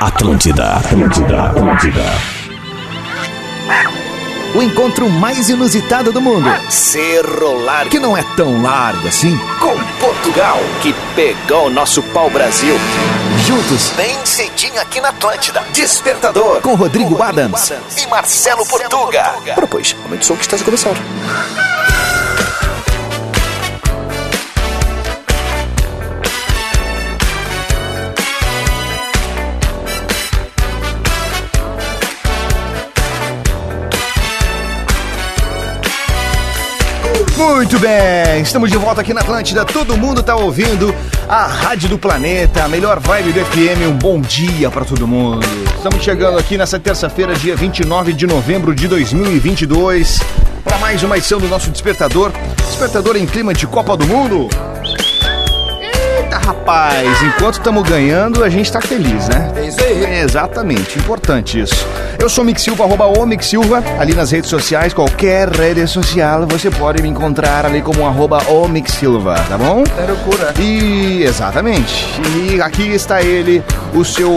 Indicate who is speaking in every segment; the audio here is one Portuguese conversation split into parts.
Speaker 1: Atlântida, Atlântida, Atlântida.
Speaker 2: O encontro mais inusitado do mundo. Cerro Largo, que não é tão largo assim.
Speaker 3: Com Portugal, que pegou o nosso pau-brasil.
Speaker 2: Juntos,
Speaker 3: Bem cedinho aqui na Atlântida. Despertador.
Speaker 2: com Rodrigo Adams.
Speaker 3: E Marcelo Portuga. Ora, pois, momento som que está a começar.
Speaker 4: Muito bem, estamos de volta aqui na Atlântida. Todo mundo tá ouvindo a Rádio do Planeta, a melhor vibe do FM. Um bom dia para todo mundo. Estamos chegando aqui nessa terça-feira, dia 29 de novembro de 2022, para mais uma edição do nosso Despertador. Despertador em clima de Copa do Mundo. Eita, rapaz, enquanto estamos ganhando, a gente tá feliz, né? É isso aí. exatamente, importante isso. Eu sou Mick Silva, arroba o Mick Silva, ali nas redes sociais, qualquer rede social, você pode me encontrar ali como arroba o Mick Silva, tá bom? É loucura. E, exatamente. E aqui está ele, o seu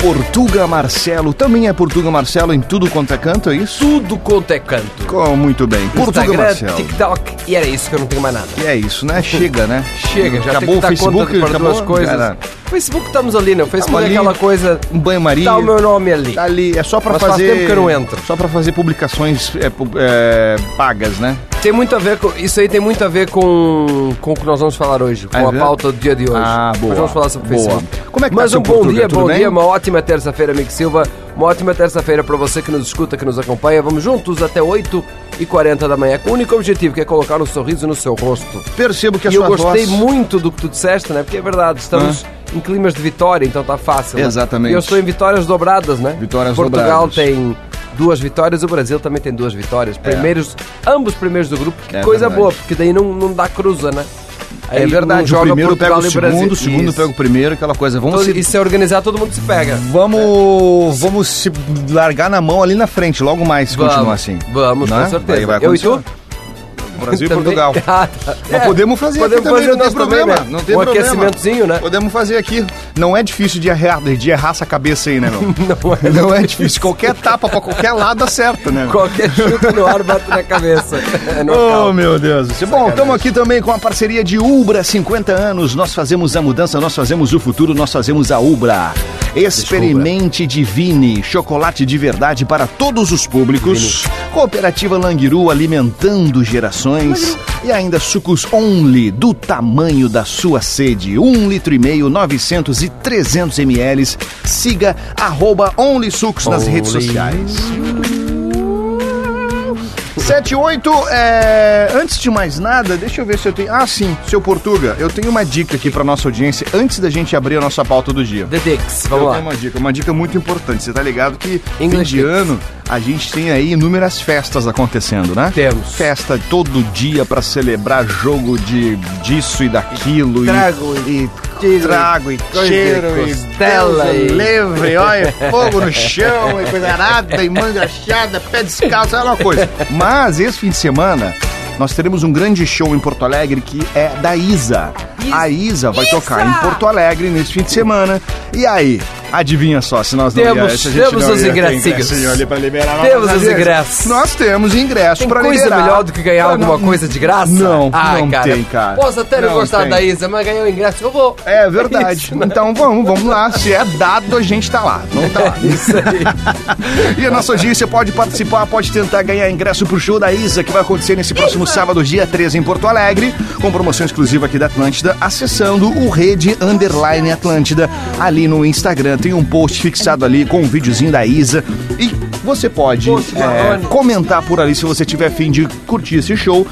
Speaker 4: Portuga Marcelo, também é Portuga Marcelo em tudo quanto é canto, é isso?
Speaker 5: tudo quanto é canto.
Speaker 4: Com- Muito bem, Portuga
Speaker 5: Instagram,
Speaker 4: Marcelo.
Speaker 5: TikTok, e era isso que eu não tenho mais nada.
Speaker 4: E é isso, né? Chega, né?
Speaker 5: Chega, já
Speaker 4: acabou
Speaker 5: tem que dar
Speaker 4: o Facebook,
Speaker 5: conta para
Speaker 4: acabou
Speaker 5: duas coisas.
Speaker 4: Cara,
Speaker 5: Facebook estamos ali, né? O Facebook
Speaker 4: Tamo
Speaker 5: é
Speaker 4: ali.
Speaker 5: aquela coisa,
Speaker 4: um banho-maria.
Speaker 5: tá o meu nome ali.
Speaker 4: Tá ali, é só pra
Speaker 5: Mas faz
Speaker 4: fazer.
Speaker 5: tempo que eu não entro.
Speaker 4: Só pra fazer publicações é, pu- é, pagas, né?
Speaker 5: Tem muito a ver com, isso aí tem muito a ver com, com o que nós vamos falar hoje, com
Speaker 4: É
Speaker 5: a
Speaker 4: verdade?
Speaker 5: pauta do dia de hoje.
Speaker 4: Ah,
Speaker 5: Nós
Speaker 4: boa,
Speaker 5: vamos falar sobre o
Speaker 4: boa.
Speaker 5: Facebook.
Speaker 4: Como é que tá,
Speaker 5: Mas
Speaker 4: seu
Speaker 5: um bom
Speaker 4: Portuga,
Speaker 5: dia,
Speaker 4: tudo
Speaker 5: bom
Speaker 4: bem?
Speaker 5: dia, uma ótima terça-feira, Mick Silva. Uma ótima terça-feira pra você que nos escuta, que nos acompanha. Vamos juntos até 8 e 40 da manhã, com o único objetivo que é colocar um sorriso no seu rosto.
Speaker 4: Percebo que a
Speaker 5: E eu
Speaker 4: sua
Speaker 5: gostei
Speaker 4: voz.
Speaker 5: muito do que tu disseste, né? Porque é verdade, estamos em climas de vitória, então tá fácil. né?
Speaker 4: Exatamente.
Speaker 5: E eu estou em vitórias dobradas, né?
Speaker 4: Vitórias
Speaker 5: Portugal
Speaker 4: dobradas.
Speaker 5: tem duas vitórias, o Brasil também tem duas vitórias. Primeiros, ambos primeiros do grupo, que
Speaker 4: É
Speaker 5: coisa
Speaker 4: verdade.
Speaker 5: boa, porque daí não, não dá cruza, né?
Speaker 4: É
Speaker 5: Aí
Speaker 4: verdade,
Speaker 5: um
Speaker 4: o primeiro pega
Speaker 5: Portugal
Speaker 4: o
Speaker 5: e Brasil.
Speaker 4: segundo, o segundo
Speaker 5: Isso.
Speaker 4: pega o primeiro, aquela coisa. Vamos
Speaker 5: Todo,
Speaker 4: se,
Speaker 5: E se organizar, todo mundo se pega.
Speaker 4: vamos, vamos se largar na mão ali na frente, logo mais, se continuar assim.
Speaker 5: Vamos,
Speaker 4: Né?
Speaker 5: com certeza.
Speaker 4: Aí vai
Speaker 5: eu e
Speaker 4: acontecer.
Speaker 5: tu?
Speaker 4: Brasil e
Speaker 5: Também?
Speaker 4: Portugal.
Speaker 5: Ah, tá.
Speaker 4: Mas É, podemos fazer
Speaker 5: Podemos
Speaker 4: aqui também,
Speaker 5: fazer
Speaker 4: não tem
Speaker 5: nós também,
Speaker 4: problema.
Speaker 5: né?
Speaker 4: Não tem
Speaker 5: um
Speaker 4: problema.
Speaker 5: aquecimentozinho, né?
Speaker 4: Podemos fazer aqui. Não é difícil de errar, de errar essa cabeça aí, né, meu?
Speaker 5: Não é.
Speaker 4: Não é difícil. Qualquer tapa pra qualquer lado dá certo, né?
Speaker 5: Qualquer chute no ar bate na cabeça. É
Speaker 4: Oh,
Speaker 5: knockout.
Speaker 4: meu Deus. do céu. Bom, estamos aqui também com a parceria de Ubra 50 anos. Nós fazemos a mudança, nós fazemos o futuro, nós fazemos a Ubra. Experimente Divine, chocolate de verdade para todos os públicos. Cooperativa Langiru alimentando gerações. E ainda sucos Only, do tamanho da sua sede. 1 um litro e meio, 900 e 300 ml. Siga arroba Only Sucos nas redes
Speaker 5: Only.
Speaker 4: sociais. 7 8, é... antes de mais nada, deixa eu ver se eu tenho. Ah, sim, seu Portuga, eu tenho uma dica aqui pra nossa audiência antes da gente abrir a nossa pauta do dia.
Speaker 5: The Dicks,
Speaker 4: Eu
Speaker 5: vamos lá.
Speaker 4: tenho uma dica, uma dica muito importante. Você tá ligado que fim
Speaker 5: English
Speaker 4: de ano a gente tem aí inúmeras festas acontecendo, né?
Speaker 5: Temos.
Speaker 4: Festa todo dia pra celebrar jogo de disso e daquilo.
Speaker 5: Trago
Speaker 4: e,
Speaker 5: tiro
Speaker 4: e
Speaker 5: e
Speaker 4: trago e
Speaker 5: coisa e
Speaker 4: cheiro e
Speaker 5: costela
Speaker 4: Deus
Speaker 5: e-
Speaker 4: livre, olha, fogo no chão e coisa nada, e manga achada, pé descalço, é uma coisa. Mas esse fim de semana. Nós teremos um grande show em Porto Alegre que é da Isa. A Isa vai tocar em Porto Alegre nesse fim de semana. E aí, adivinha só, se nós não
Speaker 5: Temos-
Speaker 4: ia- se a gente
Speaker 5: temos
Speaker 4: não
Speaker 5: os
Speaker 4: ia ter
Speaker 5: ingressinhos.
Speaker 4: ingressinho ali pra liberar
Speaker 5: Temos
Speaker 4: nossa
Speaker 5: os
Speaker 4: gente.
Speaker 5: ingressos.
Speaker 4: Nós temos ingresso
Speaker 5: Tem
Speaker 4: pra
Speaker 5: coisa
Speaker 4: liberar.
Speaker 5: melhor do que ganhar
Speaker 4: Ah,
Speaker 5: alguma
Speaker 4: não-
Speaker 5: coisa de graça?
Speaker 4: Não,
Speaker 5: Ah,
Speaker 4: não tem, cara.
Speaker 5: Posso até não,
Speaker 4: Não
Speaker 5: gostar
Speaker 4: tem.
Speaker 5: da Isa, mas ganhar o ingresso, eu vou.
Speaker 4: É verdade.
Speaker 5: Isso, né?
Speaker 4: Então vamos, vamos lá. Se é dado, a gente tá lá. Não tá lá.
Speaker 5: Isso aí.
Speaker 4: E a nossa audiência pode participar, pode tentar ganhar ingresso pro show da Isa, que vai acontecer nesse próximo sábado, dia 13, em Porto Alegre, com promoção exclusiva aqui da Atlântida, acessando o Rede Underline Atlântida. Ali no Instagram tem um post fixado ali com um videozinho da Isa. E você pode
Speaker 5: Post
Speaker 4: é,
Speaker 5: Marrone.
Speaker 4: comentar por ali se você tiver fim de curtir esse show.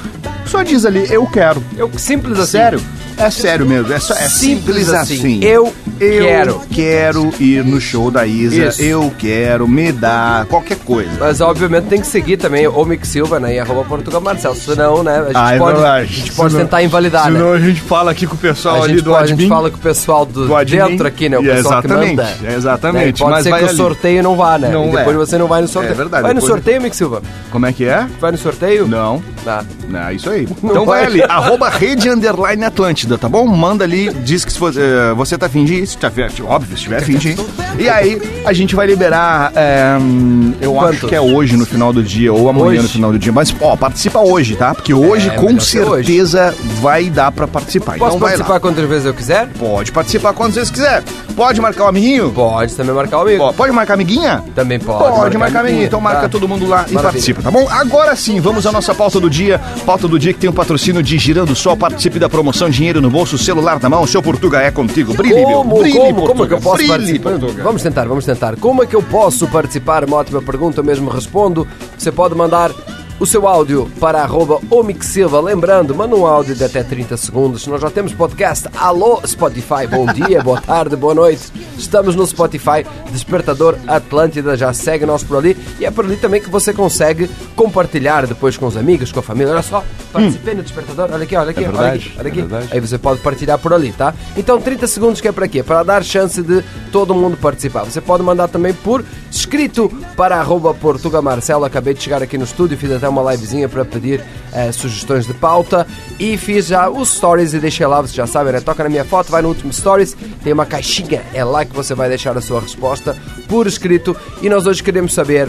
Speaker 4: Só diz ali, eu quero.
Speaker 5: Eu, simples assim.
Speaker 4: Sério? É sério mesmo, é, só- é simples,
Speaker 5: Simples
Speaker 4: assim.
Speaker 5: assim. Eu
Speaker 4: Eu
Speaker 5: quero.
Speaker 4: quero ir no show da Isa,
Speaker 5: Isso.
Speaker 4: eu quero me dar qualquer coisa.
Speaker 5: Mas obviamente tem que seguir também o Mick Silva, né? E arroba Portugal Marcelo. Senão, né? A gente
Speaker 4: Ah, é
Speaker 5: pode, a
Speaker 4: verdade.
Speaker 5: gente pode
Speaker 4: Senão-
Speaker 5: tentar invalidar, né?
Speaker 4: a gente fala aqui com o
Speaker 5: A
Speaker 4: pessoal
Speaker 5: gente, pode, a gente fala com o pessoal do,
Speaker 4: do admin,
Speaker 5: dentro aqui, né? O
Speaker 4: e
Speaker 5: pessoal
Speaker 4: exatamente,
Speaker 5: que manda.
Speaker 4: é exatamente,
Speaker 5: Né, Pode
Speaker 4: mas
Speaker 5: ser
Speaker 4: vai
Speaker 5: que
Speaker 4: ali.
Speaker 5: o sorteio não vá, né?
Speaker 4: Não
Speaker 5: e depois
Speaker 4: é.
Speaker 5: você não vai no sorteio.
Speaker 4: É verdade,
Speaker 5: Vai no
Speaker 4: depois-
Speaker 5: sorteio, Mick Silva?
Speaker 4: Como é que é?
Speaker 5: Vai no sorteio?
Speaker 4: Não.
Speaker 5: Tá.
Speaker 4: Não, é isso aí. Então
Speaker 5: vai.
Speaker 4: vai ali, arroba rede underline Atlântida, tá bom? Manda ali, diz que se você, eh, você tá afim de ir, se tiver, óbvio, se tiver fim de. E aí, a gente vai liberar, é, hum, eu acho
Speaker 5: Quanto?
Speaker 4: que é hoje no final do dia, ou amanhã
Speaker 5: Hoje?
Speaker 4: no final do dia. Mas, ó, participa hoje, tá? Porque hoje,
Speaker 5: É,
Speaker 4: com
Speaker 5: melhor ser hoje.
Speaker 4: certeza, vai dar pra participar.
Speaker 5: Posso
Speaker 4: então vai lá.
Speaker 5: participar quantas vezes eu quiser?
Speaker 4: Pode participar quantas vezes quiser. Pode marcar o amiguinho?
Speaker 5: Pode Tá também marcar o amigo.
Speaker 4: Ó, Pode marcar amiguinha?
Speaker 5: Também pode.
Speaker 4: Pode, marcar amiguinha. Então marca
Speaker 5: tá?
Speaker 4: todo mundo lá e
Speaker 5: Maravilha.
Speaker 4: participa, tá bom? Agora sim, vamos à nossa pauta do dia. Pauta do dia que tem o patrocínio de Girando Sol. Participe da promoção Dinheiro no Bolso, celular na mão. Seu Portuga é contigo. Brilhe, meu.
Speaker 5: Como,
Speaker 4: Brilhe,
Speaker 5: como, como é que
Speaker 4: Portuga.
Speaker 5: eu posso
Speaker 4: Brilhe,
Speaker 5: participar?
Speaker 4: Portuga.
Speaker 5: Vamos tentar, vamos tentar. Como é que eu posso participar? Uma ótima pergunta, eu mesmo respondo. Você pode mandar o seu áudio para arroba omixilva. Lembrando, manda um áudio de até 30 segundos. Nós já temos podcast. Alô, Spotify. Bom dia, boa tarde, boa noite. Estamos no Spotify. Despertador Atlântida já segue nós por ali. E é por ali também que você consegue compartilhar depois com os amigos, com a família. Olha só,
Speaker 4: Hum.
Speaker 5: participei no Despertador. Olha aqui, olha aqui, olha aqui.
Speaker 6: verdade,
Speaker 5: Olha aqui.
Speaker 6: é verdade.
Speaker 5: Aí você pode partilhar por ali, tá? Então 30 segundos que é para quê? Para dar chance de todo mundo participar. Você pode mandar também por escrito para arroba Portuga Marcelo. Acabei de chegar aqui no estúdio, fiz até uma livezinha para pedir eh, sugestões de pauta e fiz já os stories e deixei lá, vocês já sabem, né? Toca na minha foto, vai no último stories, tem uma caixinha, é lá que você vai deixar a sua resposta por escrito e nós hoje queremos saber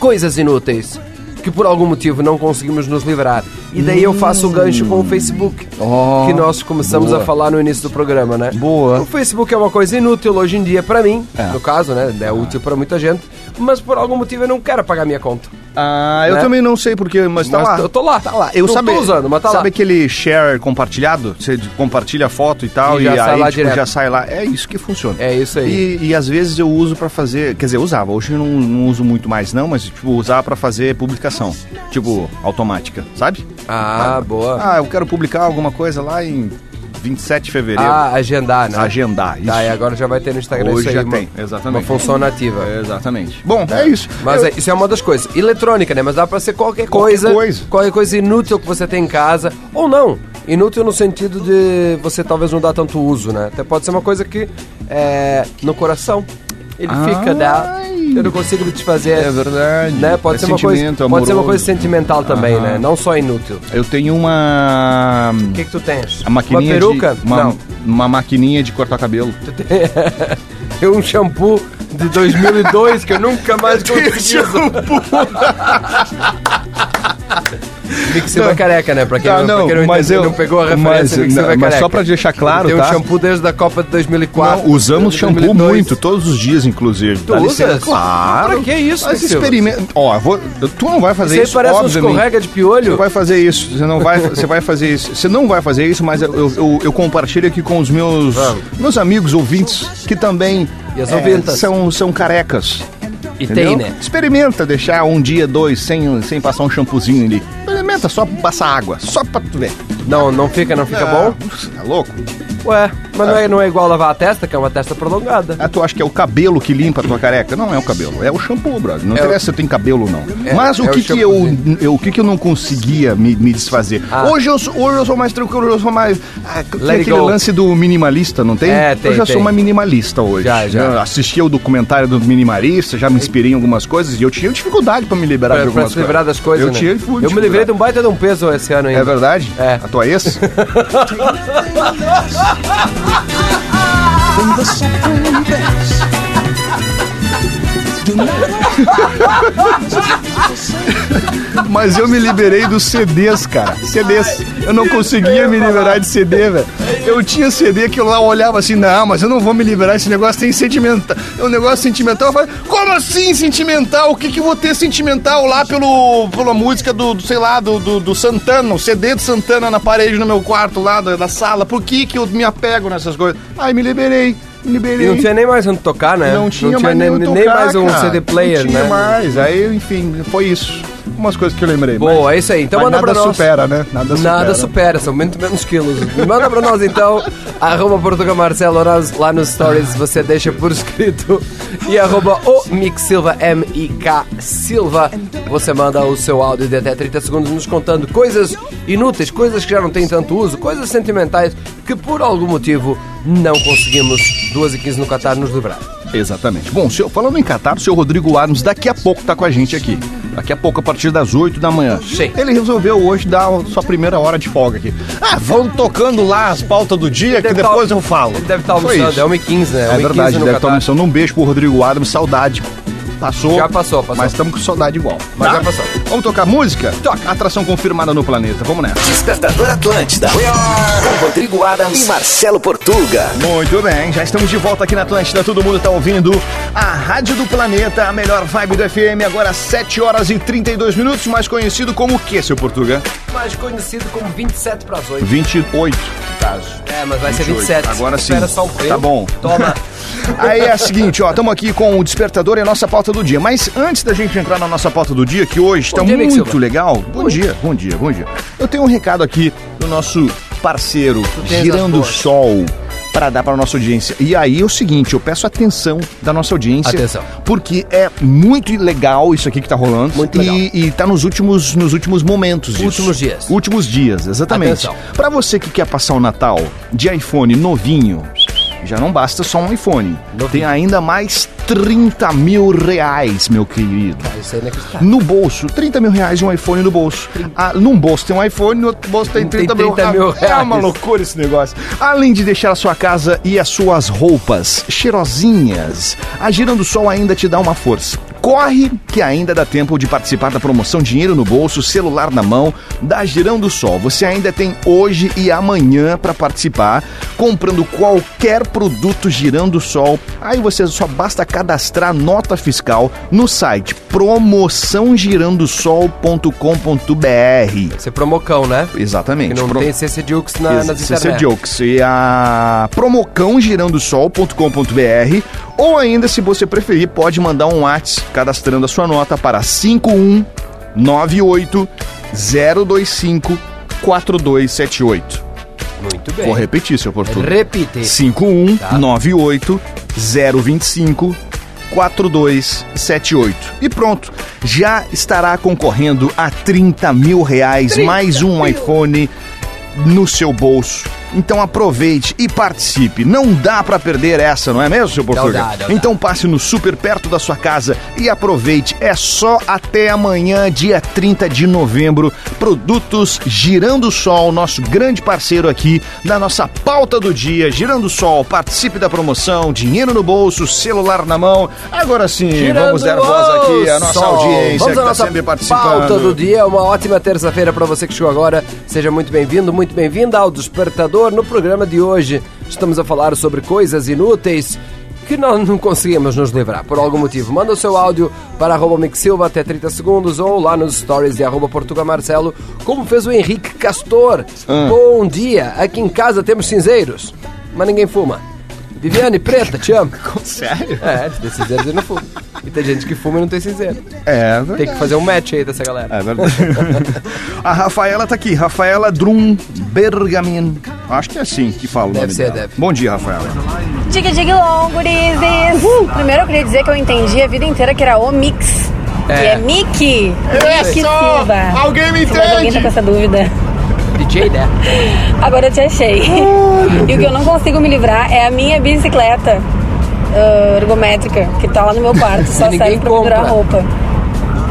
Speaker 5: coisas inúteis que por algum motivo não conseguimos nos livrar. E daí eu faço o gancho
Speaker 4: Hum.
Speaker 5: com o Facebook, que nós começamos a falar no início do programa, né?
Speaker 4: Oh, Boa.
Speaker 5: O Facebook é uma coisa inútil hoje em dia para mim, no caso, né?
Speaker 4: Ah.
Speaker 5: É útil para muita gente, mas por algum motivo eu não quero pagar minha conta.
Speaker 4: Ah, eu
Speaker 5: Né?
Speaker 4: também não sei porquê, mas tá
Speaker 5: Mas
Speaker 4: lá.
Speaker 5: eu tô lá.
Speaker 4: Tá lá. Eu
Speaker 5: Não
Speaker 4: sabe,
Speaker 5: tô usando, mas tá
Speaker 4: sabe
Speaker 5: lá.
Speaker 4: aquele share compartilhado? Você compartilha a foto e tal, e,
Speaker 5: E já sai
Speaker 4: aí
Speaker 5: lá
Speaker 4: tipo,
Speaker 5: direto.
Speaker 4: já sai lá. É isso que funciona.
Speaker 5: É isso aí.
Speaker 4: E, e às vezes eu uso pra fazer. Quer dizer, eu usava. Hoje eu não, não uso muito mais, não, mas tipo, usava pra fazer publicação. Tipo, automática, sabe?
Speaker 5: Ah, boa.
Speaker 4: Ah, eu quero publicar alguma coisa lá em 27 de fevereiro.
Speaker 5: Ah, agendar, né?
Speaker 4: Agendar, isso.
Speaker 5: Tá, e agora já vai ter no Instagram
Speaker 4: Hoje
Speaker 5: isso aí,
Speaker 4: já
Speaker 5: uma,
Speaker 4: tem, exatamente.
Speaker 5: uma função nativa.
Speaker 4: Exatamente. Bom, é, isso.
Speaker 5: Mas
Speaker 4: Eu-
Speaker 5: é- isso é uma das coisas. Eletrônica, né? Mas dá pra ser qualquer,
Speaker 4: Qualquer
Speaker 5: coisa,
Speaker 4: coisa.
Speaker 5: Qualquer coisa inútil que você tem em casa. Ou não. Inútil no sentido de você talvez não dar tanto uso, né? Até pode ser uma coisa que é, no coração. Ele fica da. Eu não consigo me desfazer.
Speaker 4: É verdade.
Speaker 5: Né? Pode,
Speaker 4: É
Speaker 5: ser uma coisa,
Speaker 4: sentimento
Speaker 5: pode ser uma
Speaker 4: amoroso.
Speaker 5: coisa sentimental também, né? Não só inútil.
Speaker 4: Eu tenho uma.
Speaker 5: O que, que tu tens?
Speaker 4: A maquininha
Speaker 5: uma peruca?
Speaker 4: De, uma,
Speaker 5: Não.
Speaker 4: uma maquininha de cortar cabelo.
Speaker 5: É um shampoo de 2002 que eu nunca mais consegui usar. Mixiva careca, né? Pra quem,
Speaker 4: Tá,
Speaker 5: não, pra quem não,
Speaker 4: mas
Speaker 5: entendeu,
Speaker 4: eu-
Speaker 5: não pegou a referência,
Speaker 4: mas-
Speaker 5: Mixiva
Speaker 4: não, mas
Speaker 5: careca.
Speaker 4: só pra deixar claro,
Speaker 5: Tem um
Speaker 4: tá?
Speaker 5: shampoo desde a Copa de 2004.
Speaker 4: Não, usamos
Speaker 5: desde
Speaker 4: shampoo
Speaker 5: 2002.
Speaker 4: muito, todos os dias, inclusive.
Speaker 5: Tu
Speaker 4: Dá
Speaker 5: usas?
Speaker 4: licença. Claro.
Speaker 5: Pra que isso,
Speaker 4: Mas
Speaker 5: Silva?
Speaker 4: experimenta. Ó, eu vou- tu não vai fazer
Speaker 5: Você
Speaker 4: isso,
Speaker 5: parece um
Speaker 4: obviamente.
Speaker 5: escorrega de
Speaker 4: Você
Speaker 5: piolho.
Speaker 4: vai fazer isso, você não vai, você vai fazer isso. Você não vai fazer isso, mas eu, eu- eu- eu compartilho aqui com os meus, meus amigos ouvintes que também é,
Speaker 5: E as ouvintas.
Speaker 4: são, são carecas.
Speaker 5: E
Speaker 4: entendeu?
Speaker 5: tem, né?
Speaker 4: Experimenta deixar um dia, dois, sem, sem passar um shampoozinho ali. Experimenta só passar água, só pra tu ver.
Speaker 5: Não, não fica, não fica
Speaker 4: Ah,
Speaker 5: bom?
Speaker 4: Tá louco?
Speaker 5: Ué, mas não é, não é igual lavar a testa, que é uma testa prolongada.
Speaker 4: Ah, tu acha que é o cabelo que limpa a tua careca? Não é o cabelo, é o shampoo, brother. Não interessa se eu tenho cabelo ou não.
Speaker 5: É,
Speaker 4: Mas o
Speaker 5: é o
Speaker 4: que que eu,
Speaker 5: shampoozinho.
Speaker 4: eu- o que que eu não conseguia me, me desfazer?
Speaker 5: Ah.
Speaker 4: Hoje, eu sou, hoje eu sou mais tranquilo, hoje eu sou mais... Ah, tem
Speaker 5: Let it
Speaker 4: aquele
Speaker 5: go.
Speaker 4: lance do minimalista, não tem?
Speaker 5: É, tem,
Speaker 4: Eu já
Speaker 5: tem.
Speaker 4: sou uma minimalista hoje.
Speaker 5: Já, já.
Speaker 4: Eu assisti o documentário do minimalista, já me inspirei em algumas coisas e eu tinha dificuldade pra me liberar de
Speaker 5: Pra, pra
Speaker 4: algumas
Speaker 5: se livrar das coisas,
Speaker 4: Eu
Speaker 5: né?
Speaker 4: tinha
Speaker 5: Eu me livrei de um baita de um peso esse ano ainda.
Speaker 4: É verdade?
Speaker 5: É.
Speaker 4: A tua ex? Mas eu me liberei dos CDs, cara. CDs. Eu não conseguia me liberar de CD, velho. Eu tinha CD que eu lá olhava assim, não, mas eu não vou me liberar, esse negócio tem sentimental. É um negócio sentimental. Eu falei, como assim sentimental? O que que eu vou ter sentimental lá pelo, pela música do, do, sei lá, do, do, do Santana, o CD do Santana na parede no meu quarto lá da, da sala? Por que que eu me apego nessas coisas? Ai, me liberei, me
Speaker 5: E
Speaker 4: liberei.
Speaker 5: não tinha nem mais onde tocar, né?
Speaker 4: Não tinha, mais
Speaker 5: nem,
Speaker 4: nem, onde
Speaker 5: nem
Speaker 4: tocar,
Speaker 5: mais um
Speaker 4: cara.
Speaker 5: CD player,
Speaker 4: Não tinha
Speaker 5: né?
Speaker 4: mais. Aí, enfim, foi isso. Umas coisas que eu lembrei.
Speaker 5: Boa,
Speaker 4: mas-
Speaker 5: é isso aí. Então
Speaker 4: mas
Speaker 5: manda
Speaker 4: nada
Speaker 5: pra nós.
Speaker 4: supera, né? Nada supera.
Speaker 5: Nada supera, são muito menos quilos. Manda pra nós então, arroba Portuga Marcelo nós- lá nos stories, você deixa por escrito. E arroba o Mick Silva, M-I-K Silva. Você manda o seu áudio de até 30 segundos nos contando coisas inúteis, coisas que já não têm tanto uso, coisas sentimentais que por algum motivo não conseguimos, 2 e 15 no Catar, nos livrar.
Speaker 4: Exatamente. Bom, seu, falando em Catar, o seu Rodrigo Adams daqui a pouco tá com a gente aqui. daqui a pouco, a partir das 8 da manhã.
Speaker 5: Sim.
Speaker 4: Ele resolveu hoje dar a sua primeira hora de folga aqui. Ah, vão tocando lá as pautas do dia que
Speaker 5: Deve tá-
Speaker 4: depois eu falo.
Speaker 5: Ele deve estar
Speaker 4: Foi
Speaker 5: almoçando,
Speaker 4: isso.
Speaker 5: é 1h15, né?
Speaker 4: É
Speaker 5: 1h15
Speaker 4: verdade,
Speaker 5: no
Speaker 4: deve estar
Speaker 5: Catar.
Speaker 4: almoçando. Um beijo pro Rodrigo Adams, saudade. Passou.
Speaker 5: Já passou, passou.
Speaker 4: Mas estamos com saudade igual. Tá?
Speaker 5: Mas já passou.
Speaker 4: Vamos tocar música? Toca. Atração confirmada no planeta. Vamos nessa.
Speaker 3: Despertador Atlântida. Com Rodrigo Adams e Marcelo Portuga.
Speaker 4: Muito bem, já estamos de volta aqui na Atlântida, todo mundo está ouvindo a Rádio do Planeta, a melhor vibe do FM, agora 7 horas e 32 minutos, mais conhecido como o que, seu Portuga?
Speaker 5: Mais conhecido como 27 para as 8.
Speaker 4: 28, no caso.
Speaker 5: É, mas vai ser
Speaker 4: Vinte e oito.
Speaker 5: 27.
Speaker 4: Agora sim.
Speaker 5: Espera só um pouco.
Speaker 4: Tá bom.
Speaker 5: Toma.
Speaker 4: Aí é o seguinte, ó, estamos aqui com o despertador e a nossa pauta do dia. Mas antes da gente entrar na nossa pauta do dia, que hoje
Speaker 5: Bom
Speaker 4: está
Speaker 5: dia, Mick
Speaker 4: muito
Speaker 5: Silva.
Speaker 4: legal. Bom dia, bom dia, bom dia. Eu tenho um recado aqui do nosso parceiro,
Speaker 5: tens as
Speaker 4: Girando o
Speaker 5: boas.
Speaker 4: Sol, para dar para nossa audiência. E aí é o seguinte, eu peço atenção da nossa audiência.
Speaker 5: Atenção.
Speaker 4: Porque é muito legal isso aqui que tá rolando.
Speaker 5: Muito legal.
Speaker 4: E, e tá nos últimos, nos últimos momentos disso.
Speaker 5: Últimos dias.
Speaker 4: Últimos dias, exatamente.
Speaker 5: Atenção.
Speaker 4: Pra você que quer passar o Natal de iPhone novinho, já não basta só um iPhone.
Speaker 5: Novinho.
Speaker 4: Tem ainda mais 30 mil reais, meu querido.
Speaker 5: Isso aí não é acreditável.
Speaker 4: No bolso, 30 mil reais e um iPhone no bolso. Ah, num bolso tem um iPhone, no outro bolso tem
Speaker 5: Tem
Speaker 4: 30, mil,
Speaker 5: 30 mil
Speaker 4: É uma
Speaker 5: reais.
Speaker 4: loucura esse negócio. Além de deixar a sua casa e as suas roupas cheirosinhas, a Girando Sol ainda te dá uma força. Corre que ainda dá tempo de participar da promoção Dinheiro no Bolso, celular na mão, da Girando Sol. Você ainda tem hoje e amanhã para participar, comprando qualquer produto Girando Sol. Aí você só basta cadastrar nota fiscal no site promoçãogirandosol.com.br.
Speaker 5: Você é promocão, né?
Speaker 4: Exatamente.
Speaker 5: Que não
Speaker 4: Pro-
Speaker 5: tem CC Jukes na, nas
Speaker 4: CC
Speaker 5: internet.
Speaker 4: Jokes e é a promocãogirandosol.com.br ou ainda, se você preferir, pode mandar um WhatsApp cadastrando a sua nota para 5198 025 4278.
Speaker 5: Muito bem.
Speaker 4: Vou repetir, seu um Portugal.
Speaker 5: Repite.
Speaker 4: 5198 025 4278. E pronto, já estará concorrendo a 30 mil reais, mais um iPhone no seu bolso. Então aproveite e participe. Não dá pra perder essa, não é mesmo, seu Portugal?
Speaker 5: dá, não dá.
Speaker 4: Então passe no super perto da sua casa e aproveite. É só até amanhã, dia 30 de novembro. Produtos Girando Sol, nosso grande parceiro aqui na nossa pauta do dia. Girando Sol, participe da promoção, dinheiro no bolso, celular na mão. Agora sim,
Speaker 5: Tirando
Speaker 4: vamos dar
Speaker 5: o
Speaker 4: voz aqui à nossa
Speaker 5: som.
Speaker 4: audiência
Speaker 5: Vamos
Speaker 4: que
Speaker 5: à
Speaker 4: tá
Speaker 5: nossa
Speaker 4: sempre participando.
Speaker 5: pauta do dia. Uma ótima terça-feira para você que chegou agora. Seja muito bem-vindo, muito bem-vinda ao Despertador. No programa de hoje estamos a falar sobre coisas inúteis que nós não conseguimos nos livrar por algum motivo. Manda o seu áudio para arroba Mick Silva até 30 segundos ou lá nos stories de arroba Portuga Marcelo, como fez o Henrique Castor.
Speaker 4: Ah.
Speaker 5: Bom dia, aqui em casa temos cinzeiros, mas ninguém fuma. Viviane Preta, te amo.
Speaker 4: Sério?
Speaker 5: É, tem cinzeiro e não fuma. E tem gente que fuma e não tem cinzeiro.
Speaker 4: É,
Speaker 5: Tem que fazer um match aí dessa galera.
Speaker 4: É verdade. a Rafaela tá aqui, Rafaela Drum Bergamin. Acho que é assim que fala. o
Speaker 5: Deve
Speaker 4: nome
Speaker 5: ser,
Speaker 4: dela.
Speaker 5: deve.
Speaker 4: Bom dia, Rafaela.
Speaker 6: Diga, diga, longurizes! Primeiro eu queria dizer que eu entendi a vida inteira que era o Mix.
Speaker 5: É.
Speaker 6: Que é Mickey. Mickey Silva.
Speaker 4: Alguém me
Speaker 6: Mas alguém tá com
Speaker 4: entende?
Speaker 6: essa dúvida.
Speaker 4: É.
Speaker 5: DJ, né?
Speaker 6: Agora eu te achei. e o que eu não consigo me livrar é a minha bicicleta ah, ergométrica, que tá lá no meu quarto, só
Speaker 5: Ninguém
Speaker 6: serve pra pendurar
Speaker 5: compra.
Speaker 6: roupa.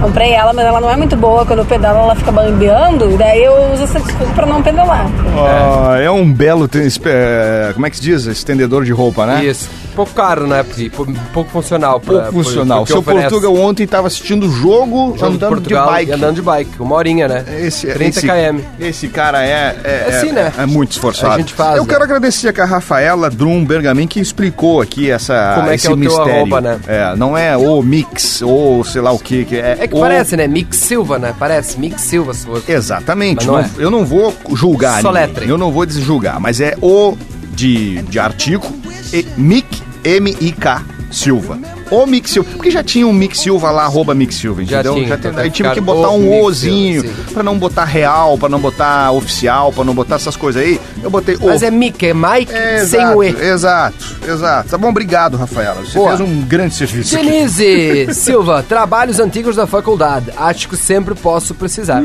Speaker 6: Comprei ela, mas ela não é muito boa. Quando eu pedalo, ela fica bambeando. Daí eu uso essa desculpa pra não pedalar.
Speaker 4: Ah, é um belo. tênis- é, Como é que se diz? Estendedor de roupa, né?
Speaker 5: Isso. Pouco caro, né? Porque pou- pouco funcional. pra-
Speaker 4: Pouco
Speaker 5: pro-
Speaker 4: funcional.
Speaker 5: pro que
Speaker 4: Seu
Speaker 5: oferece.
Speaker 4: Portugal ontem estava assistindo o jogo,
Speaker 5: Jogo
Speaker 4: andando de,
Speaker 5: Portugal
Speaker 4: bike.
Speaker 5: e andando de bike. Uma horinha, né?
Speaker 4: É, Esse,
Speaker 5: 30
Speaker 4: esse-
Speaker 5: km.
Speaker 4: Esse cara é, é,
Speaker 5: É assim,
Speaker 4: é-
Speaker 5: né?
Speaker 4: é muito esforçado.
Speaker 5: A gente faz,
Speaker 4: Eu
Speaker 5: né?
Speaker 4: quero agradecer aqui a Rafaela Drum Bergamin que explicou aqui essa,
Speaker 5: Como é que
Speaker 4: esse
Speaker 5: é o teu
Speaker 4: mistério.
Speaker 5: arroba, né?
Speaker 4: É, não é o mix ou sei lá o que. que é,
Speaker 5: É que
Speaker 4: o-
Speaker 5: parece, né? Mick Silva, né? Parece Mick Silva. se for-
Speaker 4: Exatamente.
Speaker 5: Mas não
Speaker 4: Não-
Speaker 5: é.
Speaker 4: Eu não vou julgar. ninguém.
Speaker 5: Soletre.
Speaker 4: Eu não vou desjulgar, mas é o de, de artigo e, Mick M-I-K Silva. O Mick Silva. Porque já tinha um Mick Silva lá, arroba Mick Silva,
Speaker 5: Já
Speaker 4: entendeu?
Speaker 5: tinha,
Speaker 4: já tem,
Speaker 5: então
Speaker 4: aí
Speaker 5: tá
Speaker 4: tinha que
Speaker 5: ficado
Speaker 4: botar
Speaker 5: o
Speaker 4: um
Speaker 5: Mick
Speaker 4: Ozinho
Speaker 5: Silva,
Speaker 4: pra não botar real, pra não botar oficial, pra não botar essas coisas aí. Eu botei o.
Speaker 5: Mas é Mick, é Mike
Speaker 4: É,
Speaker 5: sem
Speaker 4: exato,
Speaker 5: o E.
Speaker 4: Exato, exato. Tá bom, obrigado, Rafaela. Você
Speaker 5: Boa.
Speaker 4: fez um grande serviço. aqui.
Speaker 5: Denise Silva, trabalhos antigos da faculdade. Acho que sempre posso precisar.